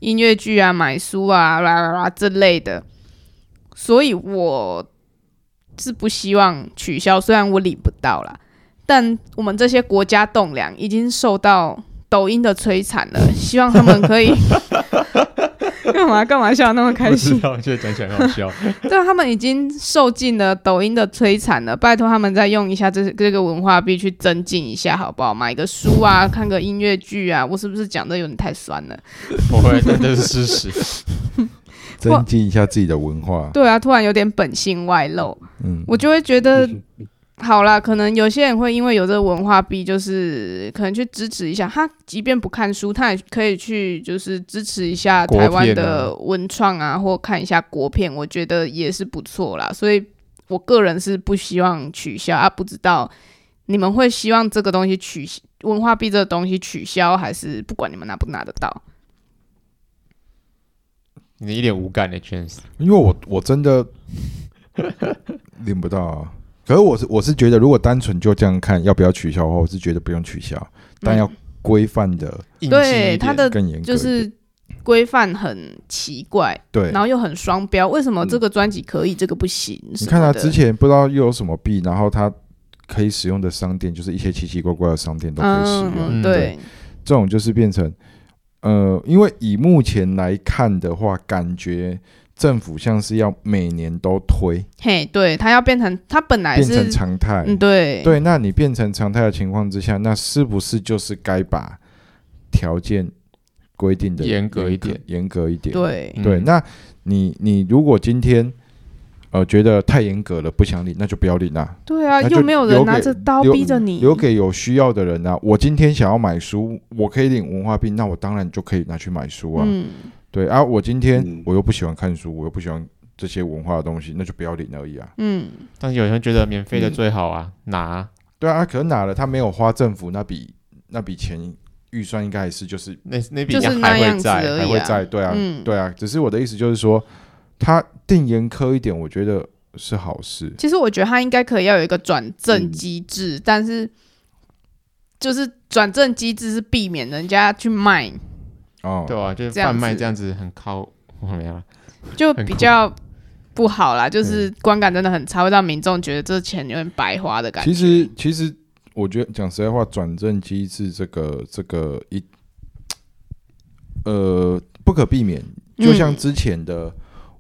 Speaker 1: 音乐剧啊、买书啊、啦啦啦之类的。所以我是不希望取消，虽然我领不到啦，但我们这些国家栋梁已经受到抖音的摧残了，希望他们可以 *laughs* 干嘛干嘛笑得那么开心？
Speaker 2: 道，觉得讲起来很好
Speaker 1: *laughs*
Speaker 2: 笑。
Speaker 1: 对，啊他们已经受尽了抖音的摧残了，拜托他们再用一下这这个文化币去增进一下，好不好？买个书啊，看个音乐剧啊，我是不是讲的有点太酸了？
Speaker 2: 不会，但这是事实。
Speaker 3: 增进一下自己的文化。
Speaker 1: 对啊，突然有点本性外露，
Speaker 3: 嗯，
Speaker 1: 我就会觉得，好啦，可能有些人会因为有这个文化币，就是可能去支持一下他，即便不看书，他也可以去就是支持一下
Speaker 2: 国
Speaker 1: 台湾
Speaker 2: 片啊
Speaker 1: 的文创啊，或看一下国片，我觉得也是不错啦。所以我个人是不希望取消啊，不知道你们会希望这个东西取文化币这个东西取消，还是不管你们拿不拿得到？
Speaker 2: 你一脸无感的 chance，
Speaker 3: 因为我我真的
Speaker 1: *laughs*
Speaker 3: 领不到、啊。可是我是我是觉得，如果单纯就这样看要不要取消的话，我是觉得不用取消，但要规范的
Speaker 1: 嗯
Speaker 2: 硬性一
Speaker 1: 对
Speaker 2: 点
Speaker 1: 它的
Speaker 3: 更严格一点。
Speaker 1: 就是规范很奇怪，
Speaker 3: 对，
Speaker 1: 然后又很双标，为什么这个专辑可以，这个不行？
Speaker 3: 你看他
Speaker 1: 啊，
Speaker 3: 之前不知道又有什么币，然后他可以使用的商店，就是一些奇奇怪怪的商店都可以使用。
Speaker 1: 嗯，
Speaker 2: 嗯
Speaker 1: 对，
Speaker 3: 这种就是变成，呃，因为以目前来看的话，感觉政府像是要每年都推，
Speaker 1: 嘿，对，它要变成它本来
Speaker 3: 变
Speaker 1: 是
Speaker 3: 成常态。
Speaker 1: 嗯，对，
Speaker 3: 对，那你变成常态的情况之下，那是不是就是该把条件规定的
Speaker 2: 严格一点，
Speaker 3: 严格一点。
Speaker 1: 对，
Speaker 2: 嗯
Speaker 3: 对，那你你如果今天呃觉得太严格了，不想领，那就不要领啊，
Speaker 1: 对啊，
Speaker 3: 那就
Speaker 1: 又没有人
Speaker 3: 留
Speaker 1: 拿
Speaker 3: 给
Speaker 1: 着刀
Speaker 3: 留
Speaker 1: 逼着你，
Speaker 3: 留给有需要的人啊。我今天想要买书，我可以领文化币，那我当然就可以拿去买书啊。
Speaker 1: 嗯，
Speaker 3: 对啊，我今天
Speaker 4: 嗯
Speaker 3: 我又不喜欢看书，我又不喜欢这些文化的东西，那就不要领而已啊。
Speaker 1: 嗯，
Speaker 2: 但是有人觉得免费的最好啊，拿啊
Speaker 3: 对啊，可能拿了他没有花政府那笔那笔钱预算，应该还是就是
Speaker 2: 那那笔
Speaker 1: 就
Speaker 2: 一
Speaker 1: 是
Speaker 2: 样
Speaker 1: 那
Speaker 2: 还
Speaker 1: 样
Speaker 2: 会
Speaker 1: 子
Speaker 2: 在，
Speaker 1: 而
Speaker 3: 还
Speaker 1: 已
Speaker 3: 会
Speaker 1: 啊
Speaker 3: 在，。对啊，
Speaker 1: 嗯
Speaker 3: 对啊。只是我的意思就是说，他定严苛一点，我觉得是好事。
Speaker 1: 其实我觉得他应该可以要有一个转正
Speaker 4: 嗯
Speaker 1: 机制，但是就是转正机制是避免人家去卖，
Speaker 3: 哦，
Speaker 2: 对啊，就是
Speaker 1: 这样
Speaker 2: 贩卖
Speaker 1: 子
Speaker 2: 这样子很靠怎么样？
Speaker 1: 就
Speaker 2: 很
Speaker 1: 比
Speaker 2: 酷
Speaker 1: 较不好
Speaker 3: 嗯
Speaker 1: 啦，就是观感真的很差，会让民众觉得这钱有点白花的感觉。
Speaker 3: 其实其实我觉得讲实在话，转正机制这个这个一呃不可避免，就像
Speaker 1: 嗯
Speaker 3: 之前的、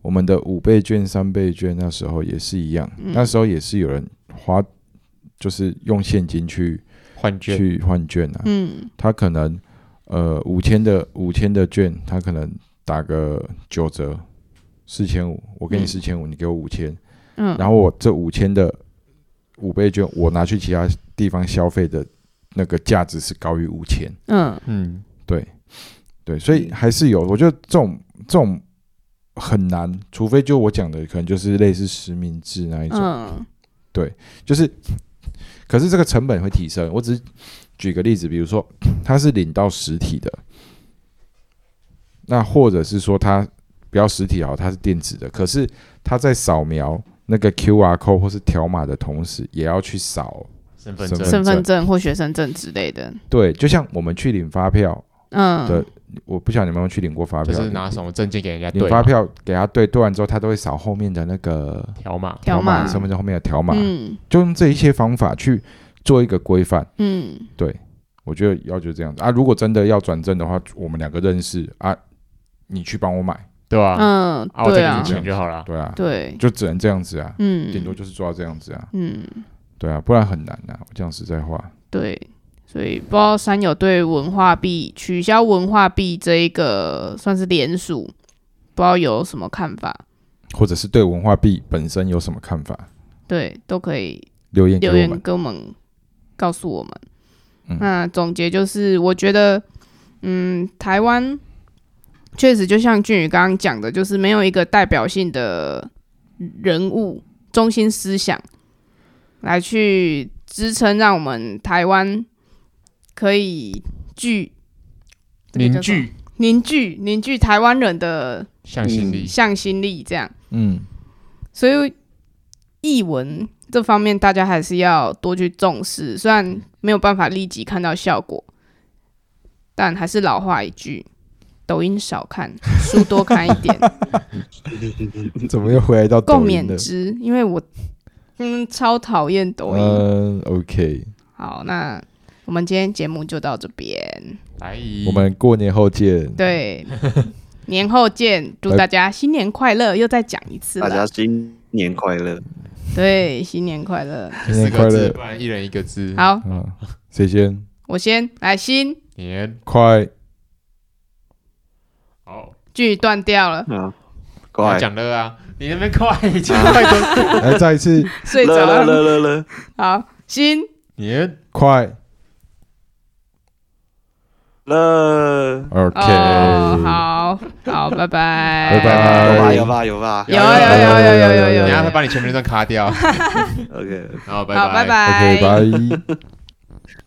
Speaker 3: 我们的五倍券、三倍券那时候也是一样，
Speaker 1: 嗯
Speaker 3: 那时候也是有人花就是用现金去
Speaker 2: 换券
Speaker 3: 去换券啊，
Speaker 1: 嗯，
Speaker 3: 他可能呃五千的五千的券，他可能打个九折，四千五，我给你
Speaker 1: 嗯
Speaker 3: 四千五，你给我五千，
Speaker 1: 嗯
Speaker 3: 然后我这五千的五倍券，我拿去其他地方消费的那个价值是高于五千，
Speaker 1: 嗯，
Speaker 2: 嗯，
Speaker 3: 对对，所以还是有，我觉得这种这种很难，除非就我讲的，可能就是类似实名制那一种，
Speaker 1: 嗯，
Speaker 3: 就是，可是这个成本会提升。我只是举个例子，比如说他是领到实体的，那或者是说他不要实体好，它是电子的，可是他在扫描那个 QR code 或是条码的同时，也要去扫。
Speaker 2: 身份
Speaker 3: 身
Speaker 2: 证
Speaker 1: 身份
Speaker 3: 份
Speaker 1: 证或学生证之类的，
Speaker 3: 对，就像我们去领发票，
Speaker 1: 嗯
Speaker 3: 对，我不晓得你们有没有去领过发
Speaker 2: 就
Speaker 3: 票，
Speaker 2: 是拿什么证件给人家
Speaker 3: 领
Speaker 2: 对啊
Speaker 3: 发
Speaker 2: 嘛
Speaker 3: 票给他对，对完之后他都会扫后面的那个
Speaker 2: 条码，
Speaker 1: 条码
Speaker 3: 身份证后面的条码，
Speaker 1: 嗯
Speaker 3: 就用这一些方法去做一个规范。
Speaker 1: 嗯，
Speaker 3: 我觉得要就这样子啊。如果真的要转正的话，我们两个认识啊，你去帮我买，
Speaker 2: 对吧？
Speaker 1: 嗯，
Speaker 2: 啊，我再
Speaker 1: 对
Speaker 2: 给
Speaker 1: 啊
Speaker 2: 你，钱就好了。
Speaker 3: 对啊，
Speaker 1: 对，
Speaker 3: 就只能这样子啊，
Speaker 1: 嗯，
Speaker 3: 顶多就是做到这样子啊，
Speaker 1: 嗯，
Speaker 3: 对啊，不然很难啊。我讲实在话，
Speaker 1: 对，所以不知道山友对文化币取消文化币这一个算是联署，不知道有什么看法？
Speaker 3: 或者是对文化币本身有什么看法，
Speaker 1: 对，都可以
Speaker 3: 留言给
Speaker 1: 留
Speaker 3: 我
Speaker 1: 言
Speaker 3: 们。
Speaker 1: 跟我们告诉我们。
Speaker 3: 嗯
Speaker 1: 那总结就是，我觉得，嗯，台湾确实就像俊宇刚刚讲的，就是没有一个代表性的人物、中心思想来去支撑，让我们台湾可以聚这个
Speaker 2: 凝
Speaker 1: 叫什么
Speaker 2: 聚
Speaker 1: 凝聚凝聚台湾人的
Speaker 2: 向心力，
Speaker 1: 向心力，这样。
Speaker 3: 嗯，
Speaker 1: 所以译文这方面大家还是要多去重视，虽然没有办法立即看到效果，但还是老话一句。抖音少看，书多看一
Speaker 4: *laughs*
Speaker 1: 点，
Speaker 3: *laughs* 怎么又回来到
Speaker 1: 共
Speaker 3: 抖音
Speaker 1: 勉
Speaker 3: 了？
Speaker 1: 之。因为我嗯超讨厌抖音。
Speaker 3: 嗯，OK，
Speaker 1: 好，那我们今天节目就到这边，
Speaker 2: 来，
Speaker 3: 嗯我们过年后见。
Speaker 4: *laughs*
Speaker 1: 对，年后见，祝大家新年快乐！又再讲一次
Speaker 4: 大家
Speaker 1: 了，
Speaker 4: 新年快乐！
Speaker 1: 对，新年快乐。
Speaker 3: 新
Speaker 2: 四
Speaker 3: 年
Speaker 2: 个
Speaker 3: 快
Speaker 2: 字，
Speaker 3: 乐
Speaker 2: 不！然一人一个字。，
Speaker 1: 好，
Speaker 3: 嗯，谁先？
Speaker 1: 我先来新
Speaker 2: 年
Speaker 1: *laughs*
Speaker 3: 快
Speaker 2: 好，
Speaker 1: 句断掉了，
Speaker 4: 啊，
Speaker 2: 快
Speaker 4: 快
Speaker 2: 讲了啊！你那边快，讲快
Speaker 3: *laughs*
Speaker 2: 都
Speaker 3: 来哎再一次，
Speaker 1: 睡着
Speaker 4: 乐
Speaker 1: 了。
Speaker 4: 乐乐乐乐，
Speaker 1: 好，新
Speaker 2: 年
Speaker 1: *laughs*
Speaker 3: 快
Speaker 4: 乐，
Speaker 3: ，OK，
Speaker 1: 哦，好好，拜拜，
Speaker 3: 拜拜
Speaker 4: 有吧有吧有吧
Speaker 1: 有有啊有有有有有有，啊
Speaker 2: 等一下会把你前面那段卡掉。
Speaker 4: ，OK。
Speaker 2: 好，拜
Speaker 1: 好，拜
Speaker 3: ，OK，
Speaker 1: 拜。
Speaker 3: 拜。